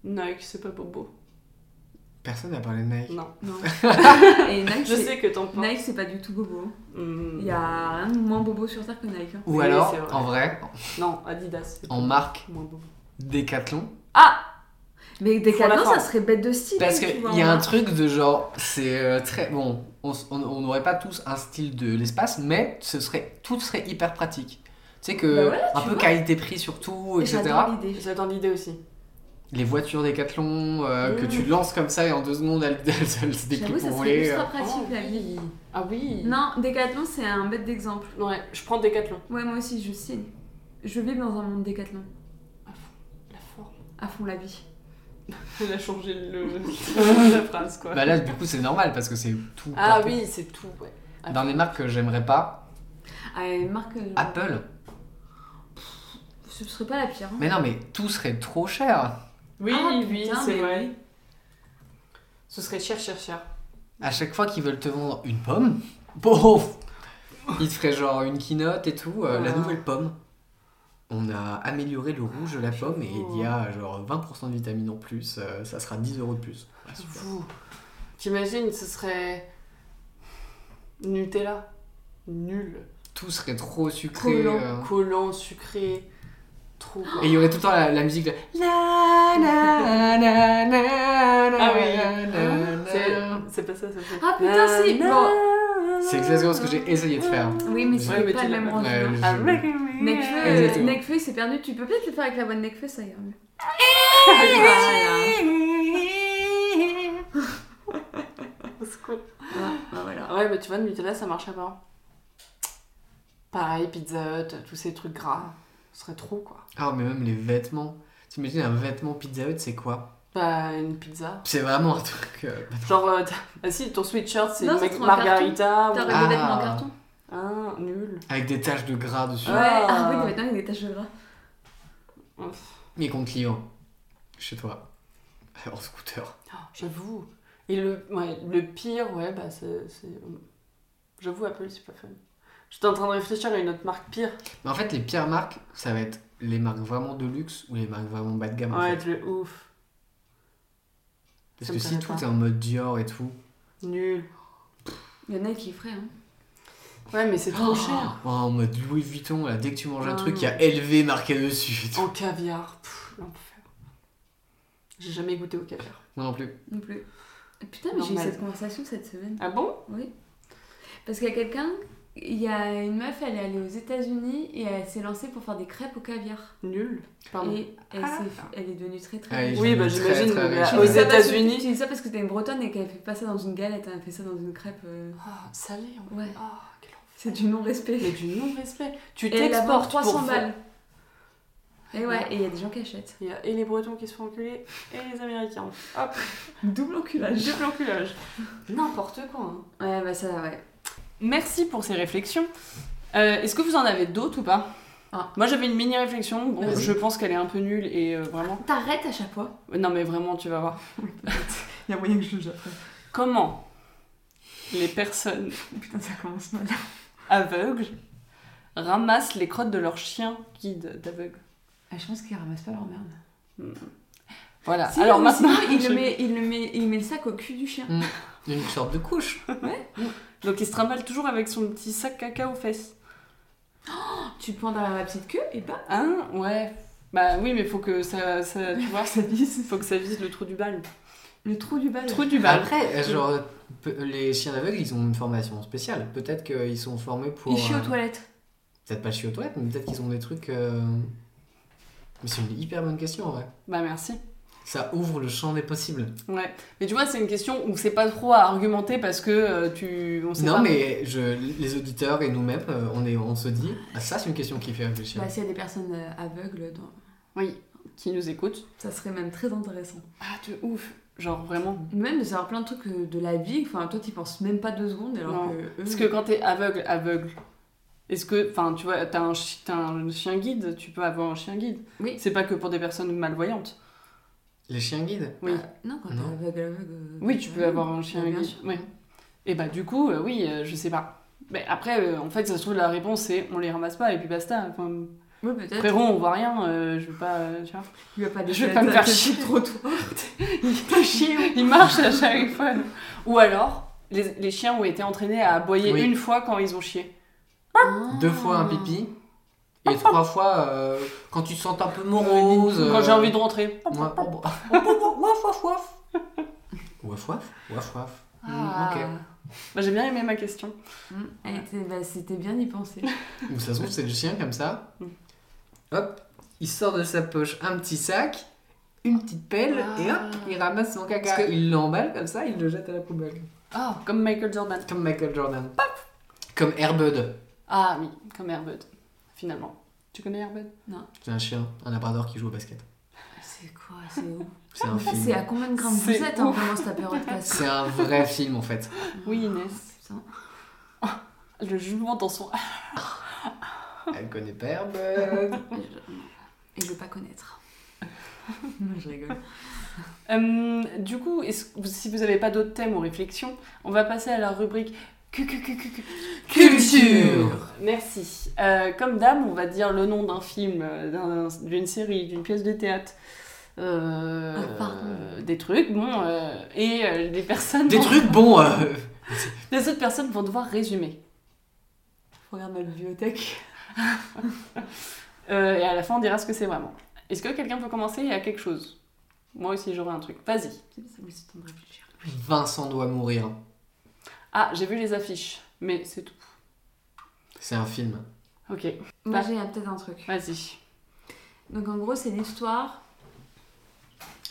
Speaker 1: Nike, c'est pas Bobo.
Speaker 2: Personne n'a parlé de Nike.
Speaker 1: Non.
Speaker 3: Non. Et Nike,
Speaker 1: Je
Speaker 3: c'est-
Speaker 1: sais que t'en penses.
Speaker 3: Nike, c'est pas du tout Bobo.
Speaker 1: Mm.
Speaker 3: Il y a rien de moins Bobo sur Terre que Nike. hein.
Speaker 2: Ou
Speaker 1: Oui,
Speaker 2: alors,
Speaker 1: c'est vrai.
Speaker 2: en vrai,
Speaker 1: Non, Adidas. c'est
Speaker 2: en
Speaker 1: pas-
Speaker 2: marque
Speaker 1: moins Bobo.
Speaker 2: Décathlon.
Speaker 3: Mais
Speaker 1: la
Speaker 3: Decathlon,
Speaker 1: forme.
Speaker 3: ça serait bête de style.
Speaker 2: Parce
Speaker 3: hein, tu vois,
Speaker 2: qu'il y a
Speaker 3: en
Speaker 2: un
Speaker 3: marque.
Speaker 2: truc de genre, c'est euh, très. Bon, on s- on on n'aurait pas tous un style de l'espace, mais ce serait, tout serait hyper pratique. Tu sais que,
Speaker 3: Bah ouais,
Speaker 2: un
Speaker 3: tu
Speaker 2: peu
Speaker 3: vois.
Speaker 2: qualité-prix surtout, etc.
Speaker 3: J'adore l'idée.
Speaker 1: J'adore l'idée aussi.
Speaker 2: Les voitures Décathlon euh, que
Speaker 1: Mm.
Speaker 2: tu lances comme ça et en deux secondes, elles, elles- elles se
Speaker 3: J'avoue,
Speaker 2: dépliquent
Speaker 3: ça
Speaker 2: pour
Speaker 3: serait
Speaker 2: voler.
Speaker 3: ultra
Speaker 2: euh. Oh.
Speaker 3: pratique la vie.
Speaker 1: oui. Ah oui.
Speaker 3: Non, Decathlon, c'est un bête d'exemple.
Speaker 1: Ouais, je prends Decathlon.
Speaker 3: Ouais, moi aussi, je signe. Je vis dans un monde Decathlon.
Speaker 1: La forme.
Speaker 3: À fond la vie.
Speaker 1: Elle a changé le... la phrase, quoi.
Speaker 2: Bah là, du coup, c'est normal parce que c'est tout.
Speaker 1: ah
Speaker 2: partout.
Speaker 1: oui, c'est tout, ouais.
Speaker 2: Dans les marques que j'aimerais pas,
Speaker 3: Ah, et marque. euh,
Speaker 2: Apple.
Speaker 3: Ce serait pas la pire. hein.
Speaker 2: Mais non, mais tout serait trop cher.
Speaker 1: Oui,
Speaker 3: Ah,
Speaker 1: oui,
Speaker 3: putain,
Speaker 1: c'est
Speaker 3: mais
Speaker 1: vrai.
Speaker 3: oui.
Speaker 1: Ce serait cher, cher, cher.
Speaker 2: À chaque fois qu'ils veulent te vendre une pomme, bon, ils te feraient genre une keynote et tout, euh, la
Speaker 1: Ah.
Speaker 2: nouvelle pomme. On a amélioré le rouge de la pomme et il y a genre 20% de vitamines en plus, euh, ça sera 10 euros de plus.
Speaker 1: Ah,
Speaker 2: Ouais, super.
Speaker 1: Vous. T'imagines, ce serait. Nutella. Nul.
Speaker 2: Tout serait trop sucré.
Speaker 1: Collant,
Speaker 2: euh,
Speaker 1: collant, sucré. Trop. quoi.
Speaker 2: Et il y aurait tout le temps la, la musique de... La, la, la, la, la,
Speaker 1: Ah oui.
Speaker 2: la, la, la.
Speaker 1: C'est c'est pas ça, ça fait.
Speaker 3: Ah, putain, si,
Speaker 1: bon.
Speaker 2: C'est exactement ce que j'ai essayé de faire.
Speaker 3: Oui, mais
Speaker 2: Ouais,
Speaker 3: c'est
Speaker 1: mais
Speaker 3: pas
Speaker 1: tu
Speaker 3: le
Speaker 1: l'as
Speaker 3: même
Speaker 1: pas.
Speaker 3: rendu.
Speaker 2: Ouais,
Speaker 3: hein.
Speaker 2: je-
Speaker 3: Nekfeu,
Speaker 1: Nekfeu,
Speaker 3: euh,
Speaker 2: Exactement.
Speaker 3: Nekfeu, c'est perdu. Tu peux peut-être le faire avec la voix de Nekfeu, ça ira mieux. Voilà.
Speaker 1: Voilà. Au secours.
Speaker 3: Ah, bah voilà.
Speaker 1: Ah Ouais, mais tu vois, le Nutella, ça marche pas. Pareil, Pizza Hut, tous ces trucs gras. Ce serait trop, quoi.
Speaker 2: Ah, mais même les vêtements. T'imagines un vêtement Pizza Hut, c'est quoi
Speaker 1: Bah, une pizza.
Speaker 2: C'est vraiment un truc. euh,
Speaker 1: Genre, euh, t'as- ah si, ton sweatshirt, c'est
Speaker 3: Non,
Speaker 1: une
Speaker 3: ça
Speaker 1: mec-
Speaker 3: sera en
Speaker 1: margarita.
Speaker 3: T'aurais
Speaker 1: ou-
Speaker 2: Ah.
Speaker 3: des vêtements en carton
Speaker 1: Ah, nul.
Speaker 2: avec des taches de gras dessus.
Speaker 3: Ouais,
Speaker 1: Ah.
Speaker 3: ah oui, des vêtements avec des taches de gras.
Speaker 2: Mais compte client. Chez toi. En scooter.
Speaker 1: Oh, J'avoue. Et le, ouais, le pire, ouais, bah, c'est. c'est- J'avoue, Apple, c'est pas fun. J'étais en train de réfléchir à une autre marque pire.
Speaker 2: Mais en fait, les pires marques, ça va être les marques vraiment de luxe ou les marques vraiment bas de gamme. en
Speaker 1: Ouais,
Speaker 2: fait.
Speaker 1: de ouf.
Speaker 2: Parce
Speaker 1: ça
Speaker 2: que
Speaker 1: me
Speaker 2: si
Speaker 1: paraît
Speaker 2: tout
Speaker 1: pas.
Speaker 2: est en mode Dior et tout.
Speaker 1: Nul.
Speaker 3: Il y en a qui feraient, hein.
Speaker 1: Ouais, mais c'est trop cher.
Speaker 2: Oh, en mode Louis Vuitton, là, dès que tu manges un
Speaker 1: Ah.
Speaker 2: truc, il y a LV marqué dessus. et tout.
Speaker 1: En caviar, pff, l'enfer. J'ai jamais goûté au caviar.
Speaker 2: Moi non plus.
Speaker 3: Non plus. Putain, mais j'ai eu
Speaker 1: Normal.
Speaker 3: cette conversation cette semaine.
Speaker 1: Ah bon
Speaker 3: Oui. Parce qu'il y a quelqu'un, il y a une meuf, elle est allée aux États-Unis et elle s'est lancée pour faire des crêpes au caviar.
Speaker 1: Nul. Pardon.
Speaker 3: Et elle,
Speaker 1: Ah.
Speaker 3: s'est- elle est devenue très très.
Speaker 2: Ah,
Speaker 3: riche.
Speaker 2: ils
Speaker 1: Oui,
Speaker 2: sont
Speaker 1: bah,
Speaker 2: très,
Speaker 1: j'imagine,
Speaker 2: très
Speaker 1: mais
Speaker 2: riches,
Speaker 1: aux
Speaker 2: ouais.
Speaker 1: États- États-Unis.
Speaker 3: Tu dis ça parce que t'es une bretonne et qu'elle fait pas ça dans une galette, hein, elle fait ça dans une crêpe. euh,
Speaker 1: Ah, salé. en-
Speaker 3: Ouais,
Speaker 1: Ah, quel enfer.
Speaker 3: c'est du non-respect.
Speaker 1: Mais du non-respect. Tu
Speaker 3: Et elle la vend
Speaker 1: t'exportes
Speaker 3: 300
Speaker 1: pour-
Speaker 3: balles. Et ouais, et il y a des gens qui achètent.
Speaker 1: Il y a et les Bretons qui se font enculer et les Américains. Hop,
Speaker 3: Double enculage.
Speaker 1: double enculage. N'importe quoi. hein.
Speaker 3: Ouais, bah ça, ouais.
Speaker 1: Merci pour ces réflexions. Euh, Est-ce que vous en avez d'autres ou pas
Speaker 3: Ah.
Speaker 1: Moi j'avais une mini réflexion. Bon,
Speaker 2: Vas-y.
Speaker 1: je pense qu'elle est un peu nulle et euh, vraiment. Euh,
Speaker 3: T'arrêtes à chaque fois.
Speaker 1: Non mais vraiment, tu vas voir.
Speaker 3: Il y a moyen que je juge après.
Speaker 1: Comment les personnes
Speaker 3: Putain, ça commence mal.
Speaker 1: aveugles ramassent les crottes de leurs chiens guides d'aveugles
Speaker 3: Ah, je pense qu'ils ramassent pas leur merde.
Speaker 1: Voilà.
Speaker 3: Si,
Speaker 1: Ah, Alors
Speaker 3: mais
Speaker 1: maintenant,
Speaker 3: sinon, il, le met, il, le met, il met le sac au cul du chien.
Speaker 2: Une sorte de couche.
Speaker 1: donc il se trimballe toujours avec son petit sac caca aux fesses.
Speaker 3: Tu te prends dans la petite queue et bah.
Speaker 1: Hein Ouais. Bah oui, mais faut que ça, ça tu vois,
Speaker 3: Ça vise.
Speaker 1: faut que ça vise le trou du bal. Ah.
Speaker 3: Le trou du bal.
Speaker 1: Trou du bal.
Speaker 2: Après, euh, genre, peu- les chiens aveugles, ils ont une formation spéciale. Peut-être qu'ils sont formés pour.
Speaker 3: Il chie
Speaker 2: euh,
Speaker 3: aux toilettes.
Speaker 2: Peut-être pas chier aux toilettes, mais peut-être qu'ils ont des trucs. euh, Mais c'est une hyper bonne question en vrai.
Speaker 1: Bah merci.
Speaker 2: Ça ouvre le champ des possibles.
Speaker 1: Ouais. Mais tu vois, c'est une question où c'est pas trop à argumenter parce que euh, tu, on sait
Speaker 2: Non,
Speaker 1: pas.
Speaker 2: mais je, les auditeurs
Speaker 1: Bah,
Speaker 2: et nous-mêmes, euh, on, est, on se dit, ah, ça c'est une question qui fait réfléchir.
Speaker 3: Bah, s'il y a des personnes euh, aveugles dans.
Speaker 1: Oui, qui nous écoutent.
Speaker 3: Ça serait même très intéressant.
Speaker 1: Ah, de ouf. Genre vraiment.
Speaker 3: Même de savoir plein de trucs euh, de la vie. Enfin, toi, t'y penses même pas deux secondes. Alors
Speaker 1: Non.
Speaker 3: que eux- bah,
Speaker 1: Parce que quand t'es aveugle, aveugle. Est-ce que, enfin, tu vois, t'as un, chi- t'as un chien guide, tu peux avoir un chien guide.
Speaker 3: Oui.
Speaker 1: C'est pas que pour des personnes malvoyantes.
Speaker 2: Les chiens guides
Speaker 1: Oui.
Speaker 3: Ah, non, quand t'es
Speaker 2: Non.
Speaker 3: aveugle, aveugle. euh,
Speaker 1: Oui, tu peux
Speaker 3: ouais,
Speaker 1: avoir un chien
Speaker 3: bien
Speaker 1: guide.
Speaker 3: sûr.
Speaker 1: Oui. Et bah du coup, euh, oui, euh, je sais pas. Mais après, euh, en fait, ça se trouve la réponse c'est on les ramasse pas et puis basta. Enfin,
Speaker 3: Ouais, peut-être.
Speaker 1: frérot, on voit rien. euh, je veux pas, euh, tu vois.
Speaker 3: Il va pas
Speaker 1: Je vais
Speaker 3: laisser
Speaker 1: pas
Speaker 3: la
Speaker 1: me faire
Speaker 3: tête
Speaker 1: chier.
Speaker 3: sur le trottoir.
Speaker 1: Ils marchent à chaque fois. Ou alors, les, les chiens ont été entraînés à aboyer
Speaker 2: Oui.
Speaker 1: une fois quand ils ont chié. Ah.
Speaker 2: Deux fois un pipi et trois fois euh, quand tu te sens un peu morose. euh,
Speaker 1: Quand j'ai envie de rentrer.
Speaker 2: Moi, oh, bah. waf waf waf. Waf waf waf waf.
Speaker 3: Ah.
Speaker 2: Mm, ok.
Speaker 1: Bah, j'ai bien aimé ma question.
Speaker 3: Mm, elle était- bah, C'était bien d'y penser.
Speaker 2: Ou ça se trouve, c'est le chien comme ça.
Speaker 1: Mm.
Speaker 2: Hop, il sort de sa poche un petit sac, une petite pelle, et hop, il ramasse son caca.
Speaker 1: Ah. Parce que-
Speaker 2: Il l'emballe comme ça, il le jette à la poubelle.
Speaker 1: Ah, comme Michael Jordan.
Speaker 2: Comme Michael Jordan. Pop Comme Airbud.
Speaker 1: Ah oui, comme Airbud, finalement. Tu connais Airbud
Speaker 2: C'est un chien, un labrador qui joue au basket.
Speaker 3: C'est quoi C'est où
Speaker 2: C'est un
Speaker 3: Ça, Ah, bah, c'est
Speaker 2: film.
Speaker 3: à combien de grammes vous
Speaker 1: C'est
Speaker 3: êtes hein,
Speaker 1: ouf.
Speaker 3: Comment ta période passe
Speaker 2: C'est un vrai film en fait.
Speaker 1: Oui, Inès.
Speaker 3: Putain.
Speaker 1: Le jugement dans son.
Speaker 2: Elle connaît pas euh, Airbud.
Speaker 3: Et je veux pas connaître. Moi, je rigole.
Speaker 1: Hum, du coup, est-ce que- si vous n'avez pas d'autres thèmes ou réflexions, on va passer à la rubrique cu- cu- cu- cu- cu-
Speaker 2: Culture
Speaker 1: Merci. Euh, comme d'hab, on va dire le nom d'un film, euh, d'un- d'une série, d'une pièce de théâtre. euh,
Speaker 3: Ah, pardon.
Speaker 1: euh, des trucs, bon, euh, et euh, les personnes.
Speaker 2: Des
Speaker 1: vont-
Speaker 2: trucs bons euh,
Speaker 1: Les autres personnes vont devoir résumer.
Speaker 3: Je regarde ma bibliothèque.
Speaker 1: Euh, et à la fin, on dira ce que c'est vraiment. Est-ce que quelqu'un peut commencer à quelque chose Moi aussi, j'aurais un truc. Vas-y.
Speaker 3: Ça me laisse le temps de réfléchir.
Speaker 2: Vincent doit mourir.
Speaker 1: Ah, j'ai vu les affiches, mais c'est tout.
Speaker 2: C'est un film.
Speaker 1: Ok,
Speaker 3: Moi,
Speaker 1: Ah.
Speaker 3: j'ai peut-être un truc.
Speaker 1: vas-y.
Speaker 3: Donc, en gros, c'est l'histoire.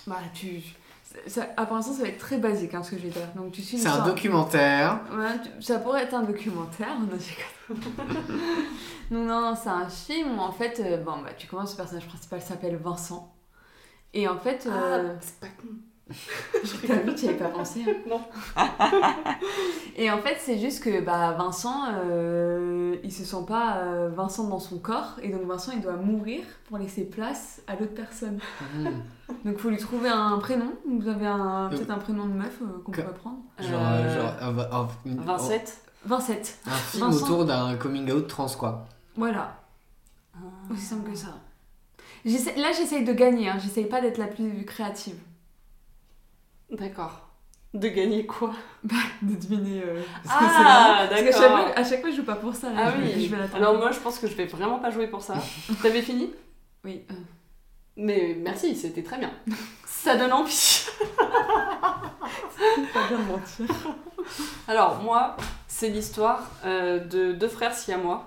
Speaker 3: Bah, tu. ça- ça- ah, pour l'instant, ça va être très basique hein, ce que je vais dire. Donc, tu suis
Speaker 2: C'est un
Speaker 3: l'histoire-
Speaker 2: documentaire.
Speaker 3: Ouais, tu- ça pourrait être un documentaire, non, j'ai compris. non, non, non, c'est un film où en fait, euh, bon, bah, tu commences, le personnage principal s'appelle Vincent. Et en fait, euh,
Speaker 1: Ah, c'est pas con.
Speaker 3: t'as vu, tu y avais pas pensé. hein.
Speaker 1: Non.
Speaker 3: Et en fait, c'est juste que bah, Vincent, euh, il se sent pas euh, Vincent dans son corps. Et donc, Vincent, il doit mourir pour laisser place à l'autre personne.
Speaker 2: Mhm.
Speaker 3: Donc, faut lui trouver un prénom. Vous avez un-
Speaker 2: Euh,
Speaker 3: peut-être un prénom de meuf euh, qu'on
Speaker 2: que-
Speaker 3: pourrait prendre.
Speaker 2: Genre,
Speaker 1: Euh,
Speaker 2: euh, genre, un- un- un- une-
Speaker 1: 27
Speaker 3: Vincette.
Speaker 2: un film
Speaker 3: Vincent.
Speaker 2: autour d'un coming out trans, quoi.
Speaker 3: Voilà.
Speaker 1: Ah.
Speaker 3: Aussi simple que ça. J'essaie- Là, j'essaye de gagner, hein. j'essaye pas d'être la plus créative.
Speaker 1: D'accord. De gagner quoi
Speaker 3: De deviner. euh, ce que
Speaker 1: Ah,
Speaker 3: c'est vraiment. Parce qu'à chaque
Speaker 1: d'accord.
Speaker 3: fois- à chaque fois, je joue pas pour ça. là,
Speaker 1: Ah
Speaker 3: je vais-
Speaker 1: oui,
Speaker 3: je vais l'attendre.
Speaker 1: alors moi je pense que je vais vraiment pas jouer pour ça. T'avais fini
Speaker 3: Oui. euh,
Speaker 1: Mais merci, c'était très bien. Ça donne envie.
Speaker 3: faut pas bien mentir.
Speaker 1: Alors moi, c'est l'histoire euh, de deux frères siamois.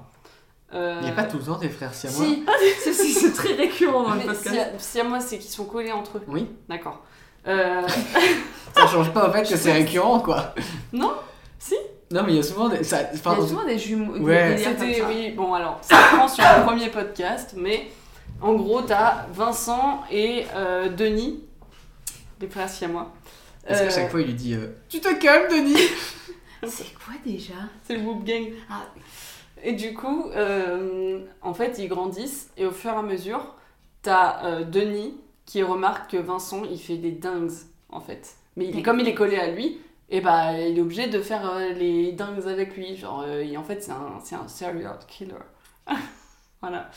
Speaker 1: Euh,
Speaker 2: Il n'y a pas tout le temps des frères siamois.
Speaker 3: Si, si, si, c'est très récurrent dans le
Speaker 1: mais
Speaker 3: podcast.
Speaker 1: sia- siamois, c'est qu'ils sont collés entre eux.
Speaker 2: Oui,
Speaker 1: D'accord. Euh,
Speaker 2: ça change pas au fait que c'est récurrent, quoi.
Speaker 1: Non, si.
Speaker 2: Non, mais il y a souvent des. Ça,
Speaker 3: Il y a
Speaker 2: pardon.
Speaker 3: souvent des jumeaux. des
Speaker 2: Ouais.
Speaker 3: délires comme
Speaker 1: C'était,
Speaker 3: ça.
Speaker 1: oui, bon alors, ça prend sur le premier podcast, mais en gros, t'as Vincent et euh, Denis, des frères siamois.
Speaker 2: Parce qu'à
Speaker 1: Euh,
Speaker 2: chaque fois, il lui dit euh, Tu te calmes, Denis
Speaker 3: C'est quoi déjà
Speaker 1: C'est le Whoop Gang.
Speaker 3: Ah.
Speaker 1: Et du coup, euh, en fait, ils grandissent et au fur et à mesure, t'as euh, Denis qui remarque que Vincent, il fait des dingues, en fait. Mais il est, comme il est collé à lui, et bah, il est obligé de faire euh, les dingues avec lui. Genre, euh, et en fait, c'est un, c'est un serial killer. voilà.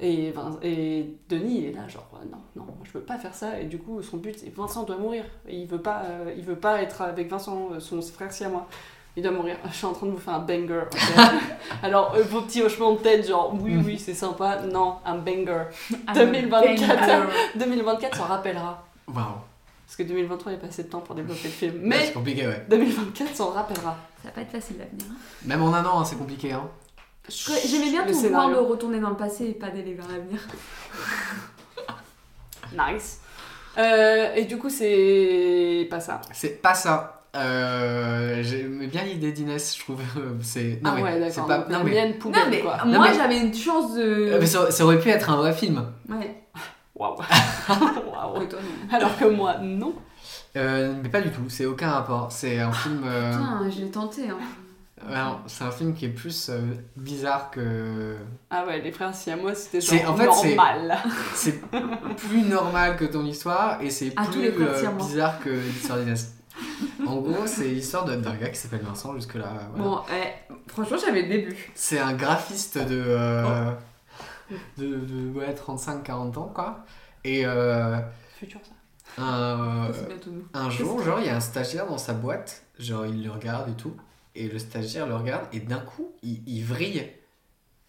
Speaker 1: Et, Vin- et Denis, il est là, genre, euh, non, non, moi, je veux pas faire ça. Et du coup, son but, c'est Vincent doit mourir. Et il veut pas, euh, il veut pas être avec Vincent, euh, son frère siamois. Il doit mourir. Je suis en train de vous faire un banger. ok Alors, euh, vos petits hochements de tête, genre, oui, oui, c'est sympa. Non, un banger.
Speaker 3: Ah,
Speaker 1: 2024.
Speaker 3: Alors,
Speaker 1: 2024 s'en rappellera.
Speaker 2: Waouh.
Speaker 1: Parce que 2023, il n'y a pas assez de temps pour développer le film.
Speaker 2: C'est
Speaker 1: Mais
Speaker 2: compliqué, ouais.
Speaker 1: 2024 s'en rappellera.
Speaker 3: Ça va pas être facile l'avenir. hein.
Speaker 2: Même en un an, hein, c'est compliqué, hein.
Speaker 3: Je crois- J'aimais bien
Speaker 1: Le
Speaker 3: ton pouvoir
Speaker 1: scénario.
Speaker 3: de retourner dans le passé et pas d'aller vers l'avenir.
Speaker 1: Nice. Euh, et du coup, c'est pas ça.
Speaker 2: C'est pas ça. Euh, J'aime bien l'idée d'Inès, je trouve. euh, C'est. Non,
Speaker 1: ah
Speaker 2: mais
Speaker 1: ouais,
Speaker 2: c'est
Speaker 1: d'accord.
Speaker 2: pas.
Speaker 1: donc
Speaker 2: Non,
Speaker 1: la
Speaker 2: mais.
Speaker 1: mienne poubelle,
Speaker 3: Non mais
Speaker 1: quoi.
Speaker 2: Non,
Speaker 3: moi
Speaker 2: mais-
Speaker 3: j'avais une chance
Speaker 2: Euh,
Speaker 3: de.
Speaker 2: mais ça, ça aurait pu être un vrai film.
Speaker 3: Ouais.
Speaker 1: waouh.
Speaker 3: Oh,
Speaker 1: Waouh. Alors que moi, non.
Speaker 2: Euh, mais pas du tout, c'est aucun rapport. C'est
Speaker 1: Ah,
Speaker 2: un film. euh,
Speaker 4: Putain, je l'ai tenté. Hein.
Speaker 2: ouais, non, c'est un film qui est plus euh, bizarre que.
Speaker 1: Ah ouais, les frères Siamois, c'était
Speaker 2: C'est-
Speaker 1: genre
Speaker 2: en fait, c'est-
Speaker 1: normal.
Speaker 2: C'est plus normal que ton histoire et c'est
Speaker 4: À tous
Speaker 2: plus
Speaker 4: les coups,
Speaker 2: euh,
Speaker 4: tire-moi.
Speaker 2: bizarre que l'histoire d'Inès. En gros, c'est l'histoire de- d'un gars qui s'appelle Vincent jusque-là. voilà.
Speaker 4: Bon, eh, franchement, j'avais le début.
Speaker 2: C'est un graphiste de, euh,
Speaker 1: Oh.
Speaker 2: de, de, ouais, 35-40 ans, quoi. Et euh,
Speaker 1: Futur ça.
Speaker 2: un, euh,
Speaker 4: C'est bientôt nous.
Speaker 2: un jour, genre, il y a un stagiaire dans sa boîte, genre, il le regarde et tout, et le stagiaire le regarde, et d'un coup, il, il vrille.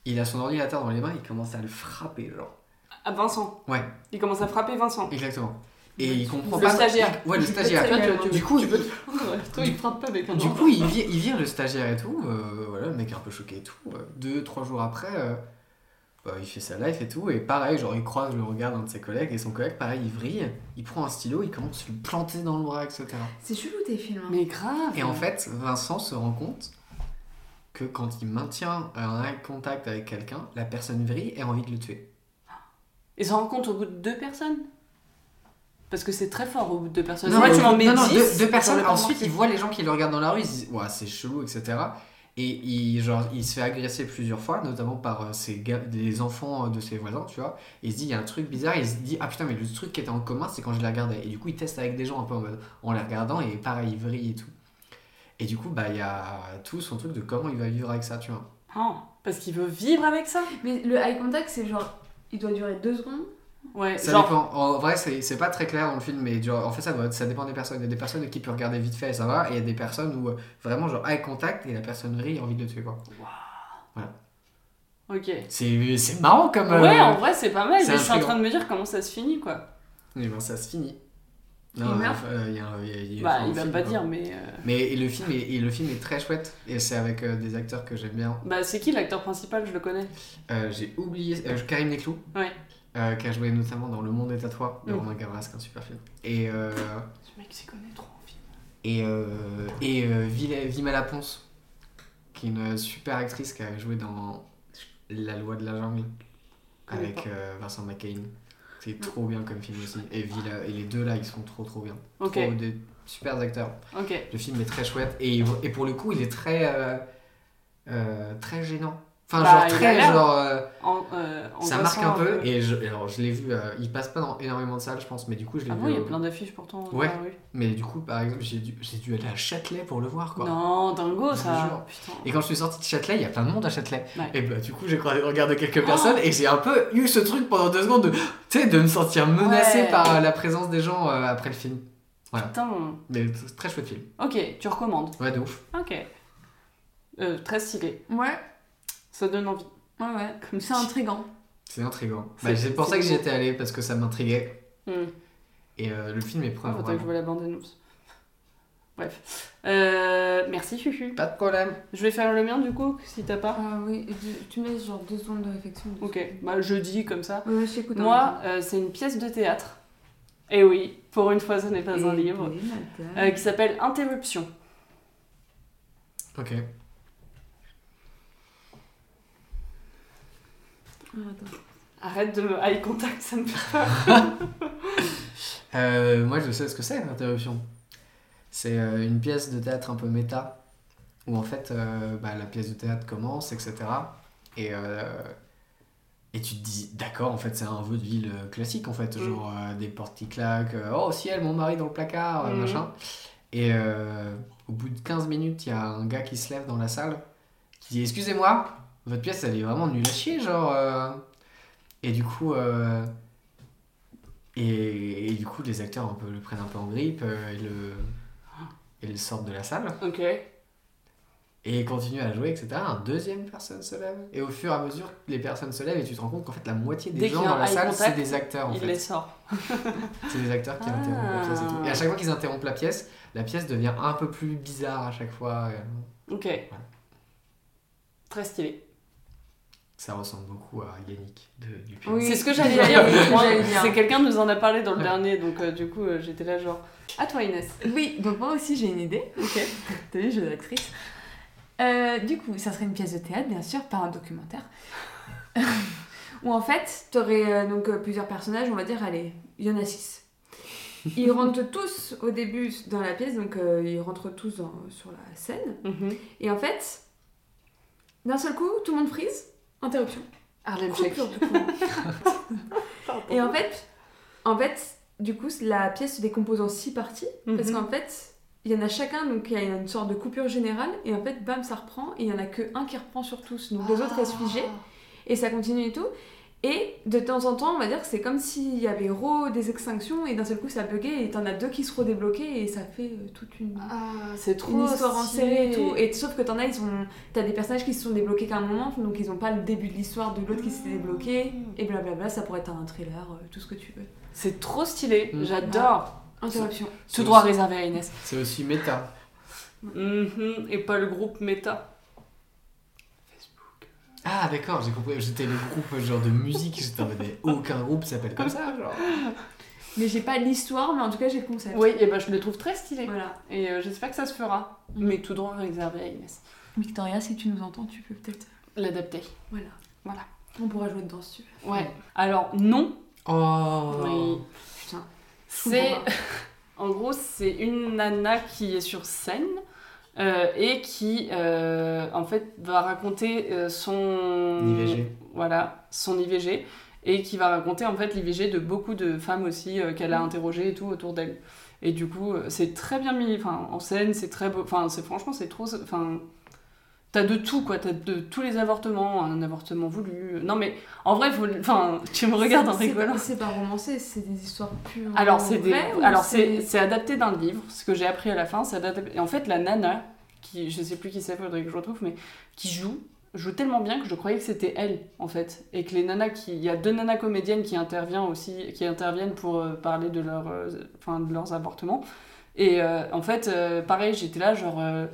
Speaker 2: Il a son ordinateur dans les mains, il commence à le frapper, genre.
Speaker 1: Ah, Vincent.
Speaker 2: Ouais.
Speaker 1: Il commence à frapper Vincent.
Speaker 2: Exactement. Et il comprend
Speaker 1: Le
Speaker 2: pas.
Speaker 1: stagiaire.
Speaker 2: Ouais, le stagiaire.
Speaker 1: Tu vois, tu-
Speaker 2: Du coup, il-
Speaker 1: Toi, il frappe pas avec un
Speaker 2: Du
Speaker 1: ordre.
Speaker 2: coup, il vire, il vire le stagiaire et tout. euh, voilà, le mec est un peu choqué et tout. Euh, Deux, trois jours après, euh, bah, il fait sa life et tout. Et pareil, genre, il croise le regard d'un de ses collègues. Et son collègue, pareil, il vrille. Il prend un stylo, il commence à lui planter dans le bras, etc.
Speaker 4: C'est chelou tes films. hein.
Speaker 1: Mais grave.
Speaker 2: Et en fait, Vincent se rend compte que quand il maintient un eye contact avec quelqu'un, la personne vrille et a envie de le tuer.
Speaker 1: Ils se rencontrent au bout de deux personnes. Parce que c'est très fort au bout de deux personnes.
Speaker 2: Non,
Speaker 1: Moi,
Speaker 2: mais-
Speaker 1: tu m'en mets
Speaker 2: non, non,
Speaker 1: 10,
Speaker 2: deux, deux
Speaker 1: j'en ai
Speaker 2: personnes.
Speaker 1: pas
Speaker 2: Ensuite,
Speaker 1: pensé.
Speaker 2: il voit les gens qui le regardent dans la rue, ils se disent Ouah, c'est chelou, etc. Et il, genre, il se fait agresser plusieurs fois, notamment par euh, ses gars- des enfants euh, de ses voisins, tu vois. Et il se dit, il y a un truc bizarre. Il se dit, ah putain, mais le truc qui était en commun, c'est quand je la regardais. Et du coup, il teste avec des gens un peu en, mode- en les regardant, et pareil, il vrille et tout. Et du coup, bah, il y a tout son truc de comment il va vivre avec ça, tu vois.
Speaker 1: Ah, parce qu'il veut vivre avec ça.
Speaker 4: Mais le eye contact, c'est genre, il doit durer deux secondes.
Speaker 1: Ouais,
Speaker 2: Ça
Speaker 1: genre.
Speaker 2: dépend. En vrai, c'est c'est pas très clair dans le film, mais genre, en fait, ça, va- ça dépend des personnes. Il y a des personnes qui peuvent regarder vite fait et ça va, et il y a des personnes où euh, vraiment, genre, eye contact et la personne rit, envie de le tuer, quoi.
Speaker 1: Ok.
Speaker 2: C'est c'est marrant comme. euh,
Speaker 1: Ouais, en vrai, c'est pas mal.
Speaker 2: c'est
Speaker 1: Mais je suis en
Speaker 2: intriguant.
Speaker 1: train de me dire comment ça se finit, quoi.
Speaker 2: Eh ben, ça se finit.
Speaker 4: Il
Speaker 2: Non,
Speaker 4: meurt
Speaker 2: euh, il y a un- il y a- il y a
Speaker 1: Bah,
Speaker 2: un
Speaker 1: il va
Speaker 2: film,
Speaker 1: pas
Speaker 2: quoi.
Speaker 1: dire, mais. euh,
Speaker 2: Mais et le, film est, et le film est très chouette, et c'est avec euh, des acteurs que j'aime bien.
Speaker 1: Bah, c'est qui l'acteur principal Je le connais.
Speaker 2: Euh, J'ai oublié. euh, Karim Leclou.
Speaker 1: Ouais.
Speaker 2: euh, qui a joué notamment dans Le Monde est à toi de
Speaker 1: Mm.
Speaker 2: Romain Gavras, qui est un super film. Et, euh,
Speaker 1: Ce mec s'y connaît trop en film.
Speaker 2: et, euh, et euh, Vila- Vima Laponce, qui est une super actrice qui a joué dans La loi de la jungle
Speaker 1: connais
Speaker 2: avec
Speaker 1: pas.
Speaker 2: euh, Vincent McCain. C'est trop bien comme film aussi. Et, Villa, et les deux là, ils sont trop trop bien.
Speaker 1: Ok,
Speaker 2: Trop des super acteurs.
Speaker 1: ok.
Speaker 2: Le film est très chouette et, et pour le coup, il est très euh, euh, très gênant. Enfin,
Speaker 1: Bah,
Speaker 2: genre
Speaker 1: il a
Speaker 2: très
Speaker 1: l'air.
Speaker 2: genre euh,
Speaker 1: En, euh, en
Speaker 2: ça marque
Speaker 1: passant
Speaker 2: un peu. Et je, alors, je l'ai vu. euh, il passe pas dans énormément de salles, je pense, mais du coup, je l'ai
Speaker 1: Ah
Speaker 2: vu.
Speaker 1: bon, il y a
Speaker 2: euh,
Speaker 1: plein d'affiches pourtant. dans
Speaker 2: Ouais.
Speaker 1: la rue.
Speaker 2: Mais du coup, par exemple, j'ai dû, j'ai dû aller à Châtelet pour le voir, quoi.
Speaker 1: Non, dingo
Speaker 2: Je vous
Speaker 1: ça.
Speaker 2: jure.
Speaker 1: Putain.
Speaker 2: Et quand je suis sorti de Châtelet, il y a plein de monde à Châtelet.
Speaker 1: Ouais. Oh
Speaker 2: Et bah, du coup, j'ai croisé le regard de quelques personnes et j'ai un peu eu ce truc pendant deux secondes de, tu sais, de me sentir menacé
Speaker 1: Ouais.
Speaker 2: par la présence des gens euh, après le film.
Speaker 1: Putain.
Speaker 2: Mais c'est très chouette film.
Speaker 1: Ok, tu recommandes.
Speaker 2: Ouais, de ouf.
Speaker 1: Ok. Euh, très stylé.
Speaker 4: Ouais,
Speaker 1: Ça donne envie.
Speaker 4: ouais, ouais.
Speaker 1: Comme
Speaker 4: C'est
Speaker 1: ça.
Speaker 4: intriguant.
Speaker 2: C'est intriguant.
Speaker 1: C'est-
Speaker 2: Bah, c'est pour
Speaker 1: c'est
Speaker 2: ça que j'y
Speaker 1: beau.
Speaker 2: étais allé parce que ça m'intriguait.
Speaker 1: Hmm.
Speaker 2: Et euh, le film est
Speaker 1: Ah,
Speaker 2: preuve.
Speaker 1: faudrait que
Speaker 2: vraiment.
Speaker 1: je vois la bande annonce. Bref. Euh, merci Fufu.
Speaker 2: Pas de problème.
Speaker 1: Je vais faire le mien du coup, si t'as pas.
Speaker 4: Ah oui, et tu, tu me laisses genre deux secondes de réflexion. deux
Speaker 1: Ok,
Speaker 4: secondes.
Speaker 1: bah je dis comme ça.
Speaker 4: Ouais, ouais, je t'écoute. hein.
Speaker 1: Moi, euh, c'est une pièce de théâtre. Et oui, pour une fois, ce n'est pas
Speaker 4: dans
Speaker 1: un livre. Euh, qui s'appelle Interruption.
Speaker 2: Ok.
Speaker 4: Ah,
Speaker 1: Arrête de me eye contact, ça me fait peur.
Speaker 2: Euh, moi, je sais ce que c'est, l'interruption. C'est euh, une pièce de théâtre un peu méta, où en fait, euh, bah, la pièce de théâtre commence, etc. Et, euh, et tu te dis, d'accord, en fait, c'est un vœu de ville euh, classique, en fait,
Speaker 1: Mm.
Speaker 2: genre euh, des portes qui claquent, euh, oh ciel, mon mari dans le placard, euh,
Speaker 1: Mm.
Speaker 2: machin. Et euh, au bout de 15 minutes, il y a un gars qui se lève dans la salle, qui dit, excusez-moi, votre pièce, elle est vraiment nulle à chier, genre. euh. Et du coup. euh, Et, et du coup, les acteurs un peu, le prennent un peu en grippe euh, et, le, et le sortent de la salle
Speaker 1: Ok.
Speaker 2: et continuent à jouer, etc. Un deuxième personne se lève. Et au fur et à mesure, les personnes se lèvent et tu te rends compte qu'en fait, la moitié des
Speaker 1: Dès
Speaker 2: gens
Speaker 1: qu'il y a
Speaker 2: dans
Speaker 1: un
Speaker 2: la
Speaker 1: eye
Speaker 2: salle, c'est
Speaker 1: contact,
Speaker 2: des acteurs en
Speaker 1: Il
Speaker 2: fait.
Speaker 1: les sort.
Speaker 2: C'est des acteurs qui
Speaker 1: Ah.
Speaker 2: interrompent la pièce et tout. Et à chaque fois qu'ils interrompent la pièce, la pièce devient un peu plus bizarre à chaque fois. et
Speaker 1: Ok. Très stylé.
Speaker 2: Ça ressemble beaucoup à Yannick de, du film.
Speaker 4: Oui.
Speaker 1: C'est ce que j'allais dire.
Speaker 4: C'est ce que j'allais
Speaker 1: C'est
Speaker 4: dire.
Speaker 1: c'est quelqu'un nous en a parlé dans le
Speaker 2: Ouais.
Speaker 1: dernier, donc euh, du coup euh, j'étais là genre. À toi Inès.
Speaker 4: Oui, donc moi aussi j'ai une idée.
Speaker 1: Ok.
Speaker 4: T'as vu, je suis actrice. Euh, du coup, ça serait une pièce de théâtre, bien sûr, pas un documentaire.
Speaker 3: Où en fait, t'aurais euh, donc euh, plusieurs personnages, on va dire, allez, il y en a six. Ils rentrent tous au début dans la pièce, donc euh, ils rentrent tous dans- sur la scène.
Speaker 1: Mhm.
Speaker 3: Et en fait, d'un seul coup, tout le monde freeze, interruption.
Speaker 1: Harlem Shake.
Speaker 3: Coupure de courant. Et en fait, en fait, du coup, la pièce se décompose en six parties.
Speaker 1: Mm-hmm.
Speaker 3: Parce
Speaker 1: Mhm.
Speaker 3: qu'en fait, il y en a chacun, donc il y a une sorte de coupure générale, et en fait, bam, ça reprend, et il y en a que un qui reprend sur tous, donc les autres restent figés,
Speaker 1: Ah.
Speaker 3: et ça continue et tout. Et de temps en temps, on va dire que c'est comme s'il y avait re des extinctions, et d'un seul coup, ça buguait, et t'en as deux qui se redébloquaient, et ça fait euh, toute une.
Speaker 1: Ah, c'est trop
Speaker 3: une histoire en
Speaker 1: stylé.
Speaker 3: série et tout, et sauf que t'en as, ils sont. T'as des personnages qui se sont débloqués qu'à un moment, donc ils ont pas le début de l'histoire de l'autre qui s'est
Speaker 1: Mmh.
Speaker 3: débloqué, et blablabla, ça pourrait être un thriller, euh, tout ce que tu veux.
Speaker 1: C'est trop stylé,
Speaker 2: Mm.
Speaker 1: j'adore.
Speaker 3: Interruption.
Speaker 1: Tout droit réservé à Inès.
Speaker 2: C'est aussi méta.
Speaker 1: Mhm, Et pas le groupe Meta.
Speaker 2: Ah d'accord, j'ai compris. J'étais le groupe genre de musique. J'étais en mode mais aucun groupe s'appelle comme ça genre.
Speaker 3: Mais j'ai pas l'histoire, mais en tout cas, j'ai le concept.
Speaker 1: Oui, et ben je le trouve très stylé.
Speaker 3: Voilà.
Speaker 1: Et euh, j'espère que ça se fera.
Speaker 3: Mm.
Speaker 1: Mais tout droit réservé à Inès.
Speaker 3: Victoria, si tu nous entends, tu peux peut-être.
Speaker 1: L'adapter.
Speaker 3: Voilà.
Speaker 1: Voilà.
Speaker 3: On pourra jouer dedans si tu veux.
Speaker 1: Ouais. Mm. Alors, non.
Speaker 2: Oh.
Speaker 1: Oui.
Speaker 3: Putain.
Speaker 1: C'est. En gros, c'est une nana qui est sur scène euh, et qui, euh, en fait, va raconter euh, son
Speaker 2: IVG.
Speaker 1: Voilà, son IVG et qui va raconter en fait l'IVG de beaucoup de femmes aussi euh, qu'elle a
Speaker 3: Mm.
Speaker 1: interrogées et tout autour d'elle. Et du coup, euh, c'est très bien mis. Enfin, en scène, c'est très beau. Enfin, c'est franchement, c'est trop. Enfin, t'as de tout quoi. T'as de tous les avortements, un avortement voulu. euh, Non mais en vrai, faut- enfin, tu me regardes en
Speaker 3: C'est- c'est
Speaker 1: rigolant.
Speaker 3: pas- C'est pas romancé, c'est des histoires pures.
Speaker 1: Alors c'est des-
Speaker 3: vraies ou
Speaker 1: alors c'est c'est adapté d'un livre. Ce que j'ai appris à la fin, c'est adapté. Et en fait, la nana, qui je sais plus qui c'est, faudrait que je retrouve, mais qui joue joue tellement bien que je croyais que c'était elle en fait, et que les nanas qui, il y a deux nanas comédiennes qui interviennent aussi, qui interviennent pour euh, parler de leur, euh, enfin de leurs avortements. Et euh, en fait, euh, pareil, j'étais là genre. euh,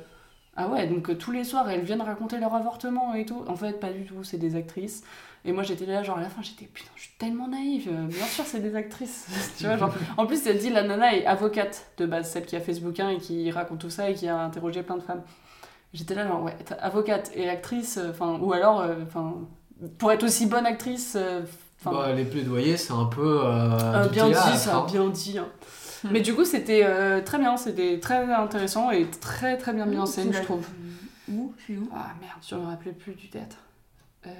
Speaker 1: ah ouais, donc euh, tous les soirs elles viennent raconter leur avortement et tout. En fait, pas du tout, c'est des actrices. Et moi j'étais là, genre à la fin, j'étais putain, je suis tellement naïve. Euh, Bien sûr, c'est des actrices. tu vois, genre. En plus, elle dit la nana est avocate de base, celle qui a fait ce bouquin et qui raconte tout ça et qui a interrogé plein de femmes. J'étais là, genre, ouais, t'as avocate et actrice, enfin, ou alors, euh, enfin, pour être aussi bonne actrice, euh, enfin.
Speaker 2: Bah, les plaidoyers c'est un peu. euh,
Speaker 1: Euh,
Speaker 2: du
Speaker 1: bien dit,
Speaker 2: théâtre,
Speaker 1: ça,
Speaker 2: hein.
Speaker 1: bien dit. hein.
Speaker 3: Hmm.
Speaker 1: Mais du coup, c'était euh, très bien, c'était très intéressant et très très bien mis en scène, je trouve.
Speaker 3: Où C'est où
Speaker 1: Ah merde, je me rappelais plus du théâtre. Euh...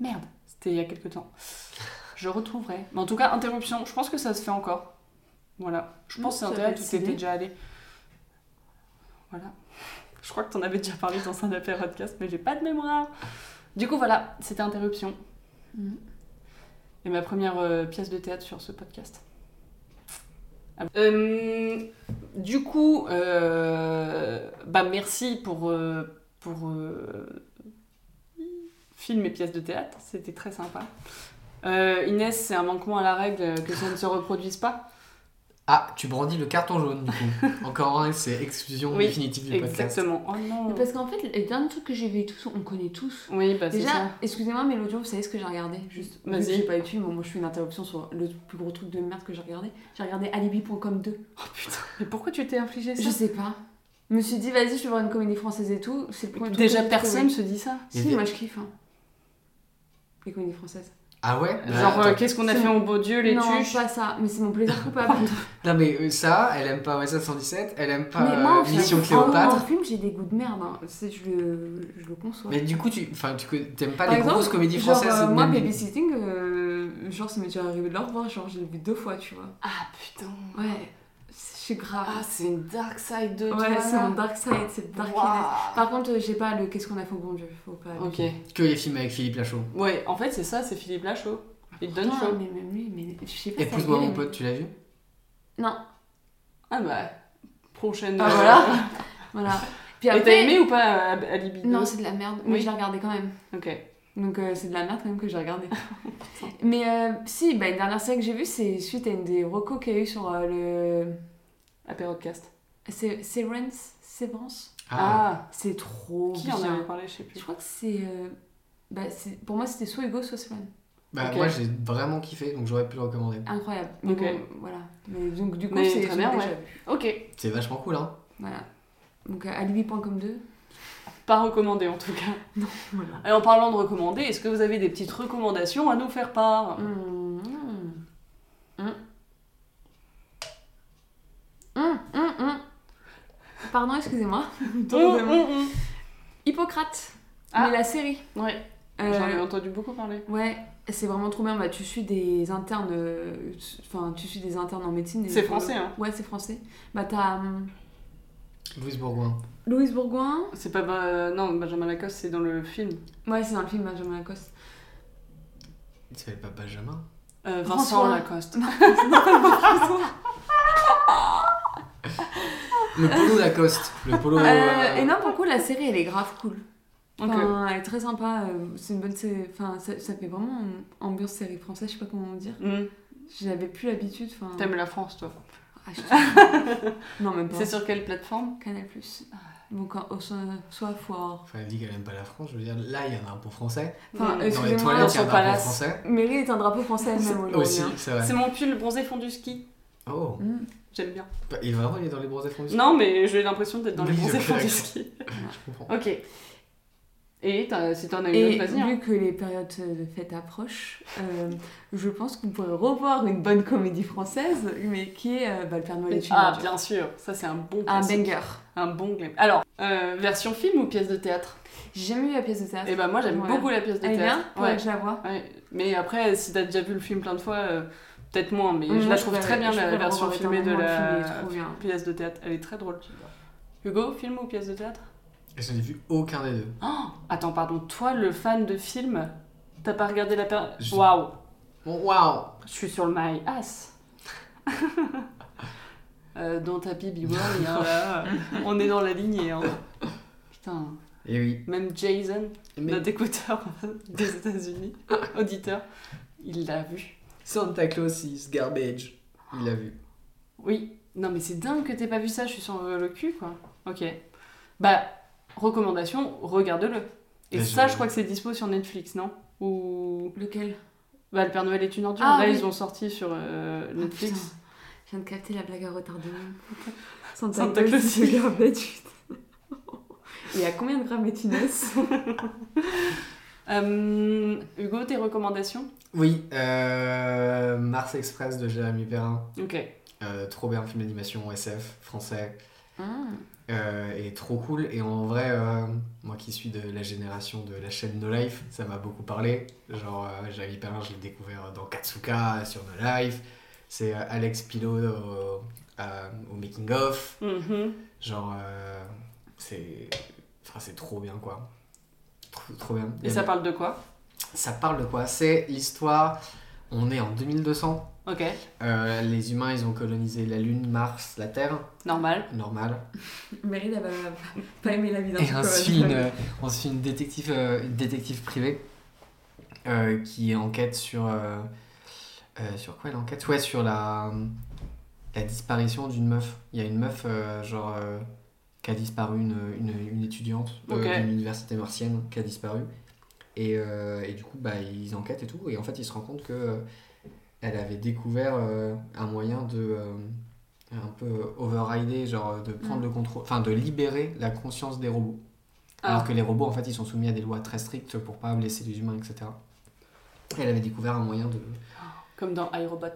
Speaker 1: Merde, c'était il y a quelques temps. Je retrouverai. Mais en tout cas, interruption, je pense que ça se fait encore. Voilà. Je pense que
Speaker 3: Mmh,
Speaker 1: c'est
Speaker 3: ça
Speaker 1: un
Speaker 3: peut
Speaker 1: théâtre
Speaker 3: être
Speaker 1: où t'étais
Speaker 3: stylé.
Speaker 1: déjà allé. Voilà. Je crois que t'en avais déjà parlé dans un appel podcast, mais j'ai pas de mémoire. Du coup, voilà, c'était interruption.
Speaker 3: Mmh.
Speaker 1: Et ma première euh, pièce de théâtre sur ce podcast. Ah. Euh, du coup, euh, bah merci pour, euh, pour euh, film et pièces de théâtre, c'était très sympa. Euh, Inès, c'est un manquement à la règle euh, que ça ne se reproduise pas.
Speaker 2: Ah, tu brandis le carton jaune du coup. Encore un, c'est exclusion
Speaker 1: Oui,
Speaker 2: définitive du podcast.
Speaker 1: Exactement. Oh non.
Speaker 3: Parce qu'en fait, les derniers trucs que j'ai vu et tout, on connaît tous.
Speaker 1: Oui, bah c'est
Speaker 3: Déjà,
Speaker 1: ça.
Speaker 3: excusez-moi, mais l'audio, vous savez ce que j'ai regardé Juste, vu que
Speaker 1: Vas-y.
Speaker 3: j'ai pas eu de film, moi je fais une interruption sur le plus gros truc de merde que j'ai regardé. J'ai regardé Alibi.com 2.
Speaker 1: Mais pourquoi tu t'es infligé
Speaker 3: oh Je
Speaker 1: ça
Speaker 3: sais pas. Je me suis dit, vas-y, je vais voir une comédie française et tout. C'est le premier truc
Speaker 1: Déjà
Speaker 3: que j'ai
Speaker 1: personne
Speaker 3: trouvé.
Speaker 1: se dit ça.
Speaker 2: Il y
Speaker 3: Si,
Speaker 2: a-
Speaker 3: moi je kiffe. hein. Les comédies françaises.
Speaker 2: Ah ouais Bah,
Speaker 1: Genre, euh,
Speaker 2: attends.
Speaker 1: qu'est-ce qu'on a
Speaker 3: C'est-
Speaker 1: fait au beau Dieu, les
Speaker 3: non,
Speaker 1: tuches
Speaker 3: pas ça, mais c'est mon plaisir coupable.
Speaker 2: Non mais euh, ça, elle aime pas OSS 117, elle aime pas
Speaker 3: mais moi,
Speaker 2: euh,
Speaker 3: en oh, film,
Speaker 2: Mission
Speaker 3: En, en
Speaker 2: Cléopâtre.
Speaker 3: film, j'ai des goûts de merde. hein. C'est- Je, le, je le conçois.
Speaker 2: Mais du coup, tu enfin tu connais- t'aimes pas
Speaker 3: oh. Par
Speaker 2: les
Speaker 3: exemple,
Speaker 2: grosses comédies
Speaker 3: genre,
Speaker 2: françaises
Speaker 3: euh,
Speaker 2: ou
Speaker 3: moi,
Speaker 2: même-
Speaker 3: babysitting, euh, genre, ça m'est déjà arrivé de le revoir. Genre, je l'ai vu deux fois, tu vois.
Speaker 1: Ah putain.
Speaker 3: Ouais, c'est je suis grave.
Speaker 1: Ah, c'est une dark side de toi.
Speaker 3: ouais, c'est
Speaker 1: là.
Speaker 3: mon dark side, c'est le dark side.
Speaker 1: Waouh.
Speaker 3: Par contre, euh, j'ai pas le qu'est-ce qu'on a fait au bon Dieu. Faut pas.
Speaker 1: Ok.
Speaker 2: Que les films avec Philippe Lachaud.
Speaker 1: Ouais, en fait, c'est ça, c'est Philippe Lachaud. Il te donne
Speaker 3: Non,
Speaker 1: chaud.
Speaker 3: mais même lui, mais je sais pas. ça
Speaker 2: Épouse-moi
Speaker 3: gueule,
Speaker 2: mon
Speaker 3: mais-
Speaker 2: pote, tu l'as vu
Speaker 3: Non,
Speaker 1: Ah bah, prochaine.
Speaker 3: Ah,
Speaker 1: euh,
Speaker 3: voilà. voilà. Puis
Speaker 1: Et t'as
Speaker 3: après.
Speaker 1: aimé ou pas euh, Alibi
Speaker 3: Non,
Speaker 1: 2?
Speaker 3: c'est de la merde, mais
Speaker 1: Oui.
Speaker 3: je l'ai regardé quand même.
Speaker 1: Ok.
Speaker 3: Donc euh, c'est de la merde quand même que j'ai regardé. mais euh, si, bah, une dernière série que j'ai vue, c'est suite à une des recos qu'il y a eu sur euh, le.
Speaker 1: Apéro de cast.
Speaker 3: C'est Severance Severance
Speaker 1: Ah,
Speaker 3: C'est trop
Speaker 1: qui
Speaker 3: bien.
Speaker 1: en avait parlé, je sais
Speaker 3: Je
Speaker 1: plus.
Speaker 3: crois que c'est. euh, Bah, c'est- pour moi, c'était soit Hugo, soit Swan.
Speaker 2: Bah
Speaker 1: Ok.
Speaker 2: moi j'ai vraiment kiffé, donc j'aurais pu le recommander.
Speaker 3: Incroyable. Mais
Speaker 1: Ok.
Speaker 3: bon, voilà. Mais donc, du coup,
Speaker 1: Mais
Speaker 3: c'est
Speaker 1: très
Speaker 3: je l'ai
Speaker 1: bien,
Speaker 3: déjà
Speaker 1: ouais.
Speaker 3: vu.
Speaker 1: Ok.
Speaker 2: C'est vachement cool hein.
Speaker 3: Voilà. Donc, euh, alibi.com2.
Speaker 1: Pas recommandé en tout cas.
Speaker 3: Non, voilà.
Speaker 1: Et en parlant de recommander, est-ce que vous avez des petites recommandations à nous faire part
Speaker 3: Mmh. Mmh. Mmh, mmh, mmh. Pardon, excusez-moi.
Speaker 1: Mmh,
Speaker 3: Pardon.
Speaker 1: mmh, mmh.
Speaker 3: Hippocrate,
Speaker 1: Ah.
Speaker 3: mais la série.
Speaker 1: Ouais,
Speaker 3: Euh,
Speaker 1: j'en ai entendu beaucoup parler.
Speaker 3: ouais, c'est vraiment trop bien. Bah, tu suis des internes, euh, tu- enfin, tu suis des internes en médecine. et-
Speaker 1: C'est français, hein.
Speaker 3: Ouais, c'est français. Bah, t'as hum,
Speaker 2: Louise Bourgoin.
Speaker 3: Louise Bourgoin.
Speaker 1: C'est pas. euh, non, Benjamin Lacoste, c'est dans le film.
Speaker 3: Ouais, c'est dans le film Benjamin Lacoste.
Speaker 2: Il s'appelle pas Benjamin.
Speaker 1: Euh, Vincent
Speaker 3: François.
Speaker 1: Lacoste.
Speaker 2: Le polo Lacoste. Le polo.
Speaker 1: Oh,
Speaker 3: Euh,
Speaker 2: euh,
Speaker 3: et non, pour le coup, la série, elle est grave cool.
Speaker 1: Ok.
Speaker 3: Enfin, Elle est très sympa. euh, C'est une bonne série. Enfin, ça, ça fait vraiment ambiance série française, je sais pas comment dire.
Speaker 1: Mmh.
Speaker 3: J'avais plus l'habitude. Enfin,
Speaker 1: T'aimes la France, toi.
Speaker 3: ah, je te- non, même pas.
Speaker 1: C'est sur quelle plateforme
Speaker 3: Canal Plus. Donc, en- au- soit, soit fort.
Speaker 2: Enfin, elle dit qu'elle aime pas la France. Je veux dire, là, il y en a un pour français.
Speaker 3: Enfin,
Speaker 1: Dans
Speaker 2: Dans les
Speaker 3: excusez-moi.
Speaker 2: toilettes, il y en
Speaker 1: son
Speaker 2: a un
Speaker 1: palace.
Speaker 2: pour français.
Speaker 3: Mairie est un drapeau français, même aujourd'hui.
Speaker 2: Aussi,
Speaker 3: hein.
Speaker 2: c'est vrai.
Speaker 1: C'est mon pull bronzé fond du ski.
Speaker 2: Oh,
Speaker 3: Mm.
Speaker 1: J'aime bien.
Speaker 2: Bah, il est vraiment il est dans les bronzés français.
Speaker 1: Non, mais j'ai l'impression d'être dans les
Speaker 2: Oui,
Speaker 1: bronzés
Speaker 2: ok,
Speaker 1: fonds du
Speaker 2: d'accord.
Speaker 1: ski.
Speaker 2: Je comprends.
Speaker 1: Ok. Et t'as- si t'en as une
Speaker 3: Et
Speaker 1: autre, vas-y. hein.
Speaker 3: vu que les périodes de fête approchent, euh, je pense qu'on pourrait revoir une bonne comédie française, mais qui est euh, bah, Le Père Noël est une
Speaker 1: Ah,
Speaker 3: ordure.
Speaker 1: bien sûr, ça c'est un bon
Speaker 3: Un
Speaker 1: classique.
Speaker 3: banger.
Speaker 1: Un bon claim. Alors, euh, version film ou pièce de théâtre
Speaker 3: J'ai jamais vu la pièce de théâtre.
Speaker 1: Eh ben moi j'aime
Speaker 3: Ouais.
Speaker 1: beaucoup la pièce de
Speaker 3: Ah, Elle est bien
Speaker 1: théâtre.
Speaker 3: Faudrait
Speaker 1: Ouais.
Speaker 3: que je la vois.
Speaker 1: Ouais. Mais après, si t'as déjà vu le film plein de fois, euh, peut-être moins, mais
Speaker 3: Moi,
Speaker 1: je la trouve
Speaker 3: pourrais-
Speaker 1: très bien
Speaker 3: Mm, je
Speaker 1: la,
Speaker 3: pourrais
Speaker 1: version
Speaker 3: revoir
Speaker 1: filmée de
Speaker 3: éternellement le film, il est
Speaker 1: la
Speaker 3: trop bien.
Speaker 1: pièce de théâtre. Elle est très drôle. Hugo, film ou pièce de théâtre
Speaker 2: Et je n'ai vu aucun des deux.
Speaker 1: Oh, Attends, pardon, toi le fan de film, t'as pas regardé la période
Speaker 2: Je-
Speaker 1: Waouh,
Speaker 2: Bon, waouh
Speaker 1: je suis sur le my ass Euh, Dans tapis, Big One, il y a- on est dans la lignée. Hein. Putain,
Speaker 2: Et Eh oui.
Speaker 1: même Jason,
Speaker 2: Mais
Speaker 1: notre écouteur des États-Unis, auditeur, il l'a vu.
Speaker 2: Santa Claus is garbage. Il l'a vu.
Speaker 1: Oui, non mais c'est dingue que t'aies pas vu ça, je suis sur le cul quoi. Ok. Bah, recommandation, regarde-le. Et
Speaker 2: Mais
Speaker 1: ça,
Speaker 2: je-
Speaker 1: je crois que c'est dispo sur Netflix, non Ou.
Speaker 3: Lequel
Speaker 1: Bah, le Père Noël est une ordure.
Speaker 3: Ah,
Speaker 1: Là,
Speaker 3: oui. Ah,
Speaker 1: ils ont sorti sur euh, Netflix.
Speaker 3: Je viens de capter la blague à retardement. Santa,
Speaker 1: Santa
Speaker 3: Claus,
Speaker 1: Claus.
Speaker 3: il regarde la suite. Il y a combien de grammes d'étinesse
Speaker 1: Euh, Hugo, tes recommandations
Speaker 2: Oui, euh, Mars Express de Jérémy Perrin.
Speaker 1: Ok.
Speaker 2: Euh, trop bien, film d'animation SF français. Euh, et trop cool. Et en vrai, euh, moi qui suis de la génération de la chaîne No Life, ça m'a beaucoup parlé. Genre, euh, Jérémy Perrin, je l'ai découvert dans Katsuka, sur No Life. C'est euh, Alex Pilot au, à- au Making Of.
Speaker 1: Mhm.
Speaker 2: Genre, euh, c'est. Enfin, c'est trop bien, quoi. Trop, trop bien.
Speaker 1: Et ça parle de quoi
Speaker 2: Ça parle de quoi C'est l'histoire. On est en 2200.
Speaker 1: Ok.
Speaker 2: Euh, les humains, ils ont colonisé la Lune, Mars, la Terre.
Speaker 1: Normal.
Speaker 2: Normal.
Speaker 3: Mairie n'a pas, pas aimé la vie d'un
Speaker 2: Et on
Speaker 3: petit
Speaker 2: se
Speaker 3: peu.
Speaker 2: fait une, euh, on se fait une détective, euh, une détective privée euh, qui enquête sur. euh, euh, sur quoi elle enquête Ouais, sur la, la disparition d'une meuf. Il y a une meuf, euh, genre, euh, qui a disparu, une, une- une étudiante euh,
Speaker 1: Ok.
Speaker 2: d'une université martienne qui a disparu. Et, euh, et du coup, bah, ils enquêtent et tout. Et en fait, ils se rendent compte que euh, elle avait découvert euh, un moyen de. euh, un peu euh, overrider, genre
Speaker 1: Mm.
Speaker 2: de prendre le contrôle, enfin de libérer la conscience des robots.
Speaker 1: Ah.
Speaker 2: Alors que les robots, en fait, ils sont soumis à des lois très strictes pour pas blesser les humains, etc. Elle avait découvert un moyen de.
Speaker 1: Comme dans iRobot.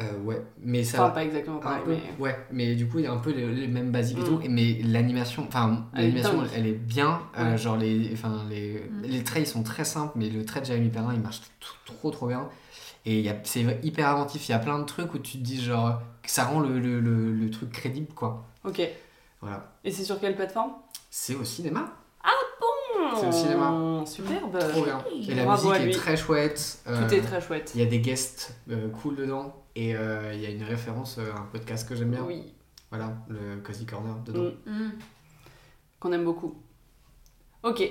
Speaker 2: Euh, ouais, mais ça.
Speaker 1: Enfin, pas exactement
Speaker 2: un
Speaker 1: pareil,
Speaker 2: peu,
Speaker 1: mais.
Speaker 2: Ouais, mais du coup, il y a un peu les, les mêmes basiques
Speaker 1: Mm.
Speaker 2: et tout. et- Mais l'animation, enfin,
Speaker 1: Elle est
Speaker 2: l'animation,
Speaker 1: dingue.
Speaker 2: elle, est bien. euh,
Speaker 1: Ouais. Mm.
Speaker 2: genre, les, enfin, les, les traits, ils sont très simples, mais le trait de Jérémy Perrin, il marche tout- trop, trop bien. Et il y a- c'est hyper inventif. Il y a plein de trucs où tu te dis, genre, que ça rend le, le, le, le truc crédible, quoi.
Speaker 1: Ok.
Speaker 2: Voilà.
Speaker 1: Et c'est sur quelle plateforme
Speaker 2: C'est au cinéma.
Speaker 1: C'est
Speaker 2: au cinéma.
Speaker 1: Oh, Superbe.
Speaker 2: Trop bien. Et la
Speaker 1: Euh, Bravo à
Speaker 2: musique est
Speaker 1: lui.
Speaker 2: très chouette. euh,
Speaker 1: Tout est très chouette.
Speaker 2: Il y a des guests euh, cool dedans. Et euh, il y a une référence euh, à un podcast que j'aime bien.
Speaker 1: Oui.
Speaker 2: Voilà, le Cozy Corner dedans.
Speaker 1: Mm.
Speaker 3: Mmh.
Speaker 1: Qu'on aime beaucoup. Ok.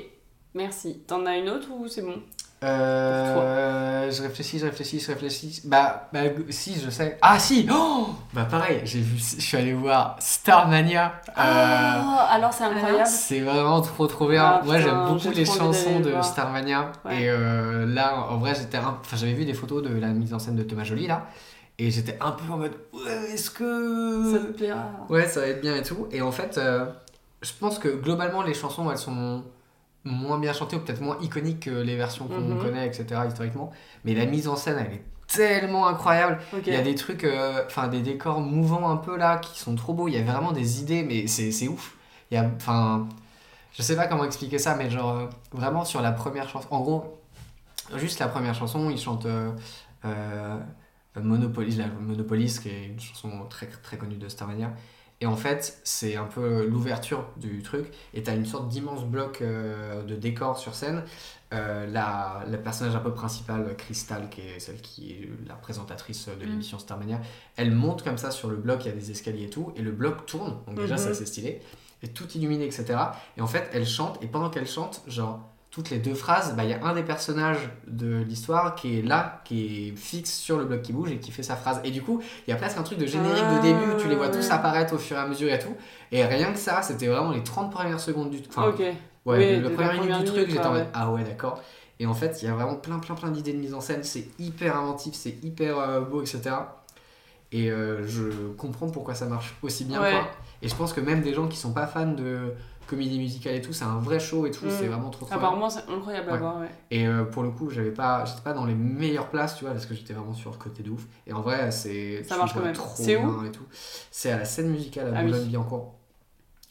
Speaker 1: Merci. T'en as une autre ou c'est bon
Speaker 2: Euh, je réfléchis, je réfléchis, je réfléchis. Bah, bah, si, je sais. Ah, si Oh Bah, pareil, j'ai vu, je suis allé voir Starmania. Euh,
Speaker 1: Ah, alors c'est incroyable.
Speaker 2: C'est vraiment trop trop bien.
Speaker 1: Ah,
Speaker 2: Moi
Speaker 1: putain,
Speaker 2: j'aime
Speaker 1: j'ai
Speaker 2: beaucoup les
Speaker 1: trop envie d'aller
Speaker 2: chansons
Speaker 1: le
Speaker 2: de
Speaker 1: voir.
Speaker 2: Starmania.
Speaker 1: Ouais.
Speaker 2: Et euh, là en vrai j'étais un... enfin, j'avais vu des photos de la mise en scène de Thomas Joly là. Et j'étais un peu en mode Ouais, est-ce
Speaker 1: Ça te
Speaker 2: que...
Speaker 1: plaira.
Speaker 2: Ouais ça va être bien et tout. Et en fait euh, je pense que globalement, les chansons, elles sont moins bien chantées ou peut-être moins iconiques que les versions qu'on
Speaker 1: Mhm.
Speaker 2: connaît, etc. historiquement. Mais la mise en scène, elle est tellement incroyable.
Speaker 1: Ok.
Speaker 2: Il y a des trucs, euh, enfin des décors mouvants un peu là qui sont trop beaux. Il y a vraiment des idées, mais c'est c'est ouf. Il y a, enfin, je sais pas comment expliquer ça, mais genre euh, vraiment sur la première chanson. En gros, juste la première chanson, ils chantent euh, euh, Monopolis, la Monopolis, qui est une chanson très très connue de Starmania. Et en fait, c'est un peu l'ouverture du truc. Et t'as une sorte d'immense bloc euh, de décor sur scène. Euh, la, la personnage un peu principale, Crystal, qui est celle qui est la présentatrice de
Speaker 3: Mm.
Speaker 2: l'émission Starmania, elle monte comme ça sur le bloc, il y a des escaliers et tout, et le bloc tourne, donc déjà
Speaker 1: Mhm.
Speaker 2: c'est assez stylé, et tout illuminé, etc. Et en fait, elle chante, et pendant qu'elle chante, genre, toutes les deux phrases, bah, il y a un des personnages de l'histoire qui est là, qui est fixe sur le bloc qui bouge et qui fait sa phrase. Et du coup, il y a presque un truc de générique de début où tu les vois tous
Speaker 1: Ah.
Speaker 2: apparaître au fur et à mesure et tout. Et rien que ça, c'était vraiment les 30 premières secondes du... Enfin,
Speaker 1: ok.
Speaker 2: Ouais,
Speaker 1: Oui,
Speaker 2: le
Speaker 1: de la
Speaker 2: premier
Speaker 1: première
Speaker 2: minute du
Speaker 1: minute,
Speaker 2: truc, j'étais
Speaker 1: quoi,
Speaker 2: en mode
Speaker 1: ouais.
Speaker 2: ah ouais, d'accord. Et en fait, il y a vraiment plein, plein, plein d'idées de mise en scène. C'est hyper inventif, c'est hyper euh, beau, etc. Et euh, je comprends pourquoi ça marche aussi bien.
Speaker 1: Ouais.
Speaker 2: quoi. Et je pense que même des gens qui sont pas fans de comédie musicale et tout, c'est un vrai show et tout,
Speaker 1: Mm.
Speaker 2: c'est vraiment trop trop. bien.
Speaker 1: Apparemment, c'est incroyable à
Speaker 2: Ouais.
Speaker 1: voir, ouais.
Speaker 2: Et euh, pour le coup, j'avais pas, j'étais pas dans les meilleures places, tu vois, parce que j'étais vraiment sur le côté de ouf. Et en vrai, c'est.
Speaker 1: Ça
Speaker 2: tu
Speaker 1: marche
Speaker 2: vois
Speaker 1: quand même.
Speaker 2: trop
Speaker 1: C'est où
Speaker 2: bien et tout. C'est à la scène musicale à
Speaker 1: Ah oui.
Speaker 2: Boulogne-Billancourt.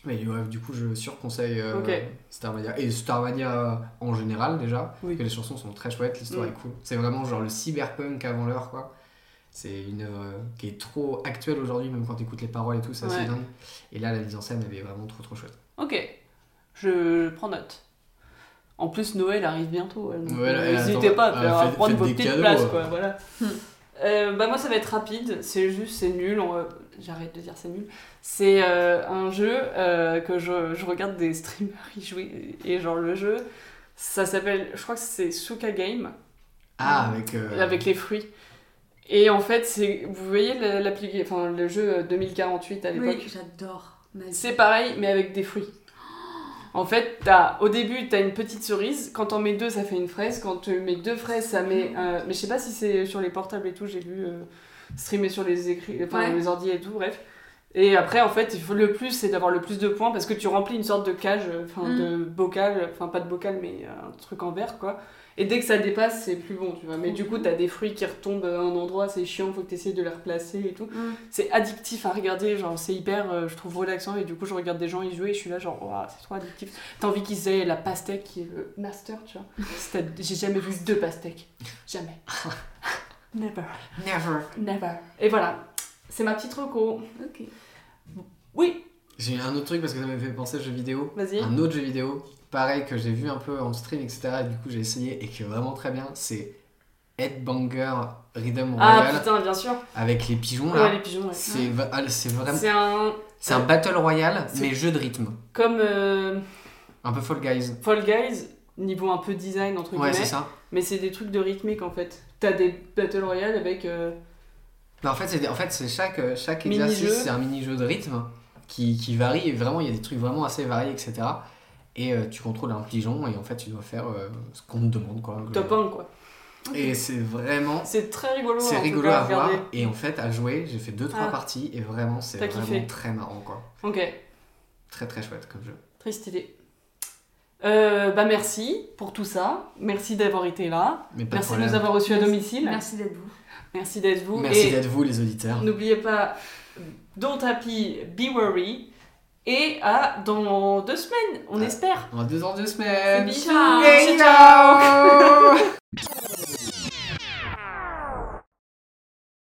Speaker 2: Mais ouais, du coup, je surconseille euh,
Speaker 1: Ok.
Speaker 2: Starmania. Et Starmania en général, déjà.
Speaker 1: Oui.
Speaker 2: Parce que les chansons sont très chouettes, l'histoire
Speaker 1: Mm.
Speaker 2: est cool. C'est vraiment genre le cyberpunk avant l'heure, quoi. C'est une œuvre euh, qui est trop actuelle aujourd'hui, même quand t'écoutes les paroles et tout, ça
Speaker 1: Ouais.
Speaker 2: c'est dingue. Et là, la mise en scène, elle est vraiment trop trop chouette.
Speaker 1: Ok, je prends note. En plus, Noël arrive bientôt. alors,
Speaker 2: Ouais,
Speaker 1: euh,
Speaker 2: elle attend-
Speaker 1: N'hésitez pas à,
Speaker 2: euh,
Speaker 1: faire- à
Speaker 2: faites-
Speaker 1: prendre
Speaker 2: faites
Speaker 1: vos
Speaker 2: des
Speaker 1: petites
Speaker 2: cadeaux,
Speaker 1: places,
Speaker 2: euh.
Speaker 1: quoi, voilà. Euh, bah moi ça va être rapide, c'est juste, c'est nul, on va- j'arrête de dire c'est nul. C'est euh, un jeu euh, que je, je regarde des streamers y jouer, et genre le jeu, ça s'appelle, je crois que c'est Suka Game,
Speaker 2: Ah, avec. euh,
Speaker 1: avec les fruits. Et en fait, c'est, vous voyez la- l'appli, enfin, le jeu euh, 2048 à l'époque
Speaker 3: Oui, j'adore. ma vie.
Speaker 1: c'est pareil, mais avec des fruits. En fait, t'as- au début, t'as une petite cerise. Quand t'en mets deux, ça fait une fraise. Quand tu mets deux fraises, ça met. euh, mais je sais pas si c'est sur les portables et tout. J'ai vu euh, streamer sur les écrits, enfin,
Speaker 3: Ouais.
Speaker 1: les ordi et tout. Bref. Et après, en fait, il faut le plus, c'est d'avoir le plus de points parce que tu remplis une sorte de cage, euh, enfin
Speaker 3: Mm.
Speaker 1: de bocal, enfin pas de bocal, mais euh, un truc en verre, quoi. Et dès que ça dépasse, c'est plus bon, tu vois. Mais du coup, t'as des fruits qui retombent à un endroit, c'est chiant, faut que t'essayes de les replacer et tout
Speaker 3: Mm.
Speaker 1: c'est addictif à regarder, genre c'est hyper, euh, je trouve relaxant et du coup je regarde des gens y jouer et je suis là genre Ouah, c'est trop addictif. T'as envie qu'ils aient la pastèque qui est le master, tu vois. C'est à- J'ai jamais vu deux pastèques, jamais. Never,
Speaker 2: Never.
Speaker 1: never. Et voilà, c'est ma petite reco.
Speaker 3: Ok.
Speaker 1: Oui,
Speaker 2: J'ai un autre truc parce que ça m'a fait penser aux jeux vidéo.
Speaker 1: vas-y.
Speaker 2: un autre jeu vidéo, pareil que j'ai vu un peu en stream, etc. Et du coup, j'ai essayé et qui est vraiment très bien. C'est Headbanger Rhythm
Speaker 1: Ah
Speaker 2: Royale
Speaker 1: putain, bien sûr.
Speaker 2: avec les pigeons là.
Speaker 1: Ouais, les pigeons, ouais.
Speaker 2: C'est va- ah, c'est vraiment.
Speaker 1: C'est un.
Speaker 2: C'est un battle royale,
Speaker 1: C'est-
Speaker 2: mais jeu de rythme.
Speaker 1: Comme euh,
Speaker 2: Un peu Fall Guys.
Speaker 1: Fall Guys, niveau un peu design entre
Speaker 2: Ouais, c'est
Speaker 1: guillemets,
Speaker 2: ça.
Speaker 1: mais c'est des trucs de rythmique en fait. T'as des Battle Royale avec. euh,
Speaker 2: Non, en fait, c'est des- en fait, c'est chaque, euh, chaque
Speaker 1: Mini-jeu.
Speaker 2: exercice, c'est un mini-jeu de rythme qui, qui varie. Et vraiment, il y a des trucs vraiment assez variés, etc. Et euh, tu contrôles un pigeon et en fait, tu dois faire euh, ce qu'on te demande. Quoi,
Speaker 1: Top 1 quoi.
Speaker 2: Et c'est vraiment
Speaker 1: C'est très rigolo.
Speaker 2: C'est
Speaker 1: en tout
Speaker 2: rigolo
Speaker 1: cas,
Speaker 2: à voir
Speaker 1: regarder.
Speaker 2: et en fait à jouer, j'ai fait 2-3
Speaker 1: Ah.
Speaker 2: parties et vraiment c'est
Speaker 1: T'as
Speaker 2: vraiment
Speaker 1: kiffé.
Speaker 2: très marrant quoi.
Speaker 1: Ok.
Speaker 2: Très très chouette comme jeu.
Speaker 1: Très stylé. Euh, bah merci pour tout ça. Merci d'avoir été là.
Speaker 2: Mais pas
Speaker 1: Merci
Speaker 2: de
Speaker 1: de nous
Speaker 2: problème.
Speaker 1: avoir reçus à domicile. Merci,
Speaker 3: Merci d'être vous.
Speaker 1: d'être vous.
Speaker 2: Merci
Speaker 1: et
Speaker 2: d'être vous les auditeurs.
Speaker 1: n'oubliez pas, don't happy, be worry. Et à dans deux semaines, on
Speaker 2: Ah.
Speaker 1: espère.
Speaker 2: En deux ans, deux semaines.
Speaker 1: Bisous.
Speaker 3: Ciao.
Speaker 1: Ciao.
Speaker 2: ciao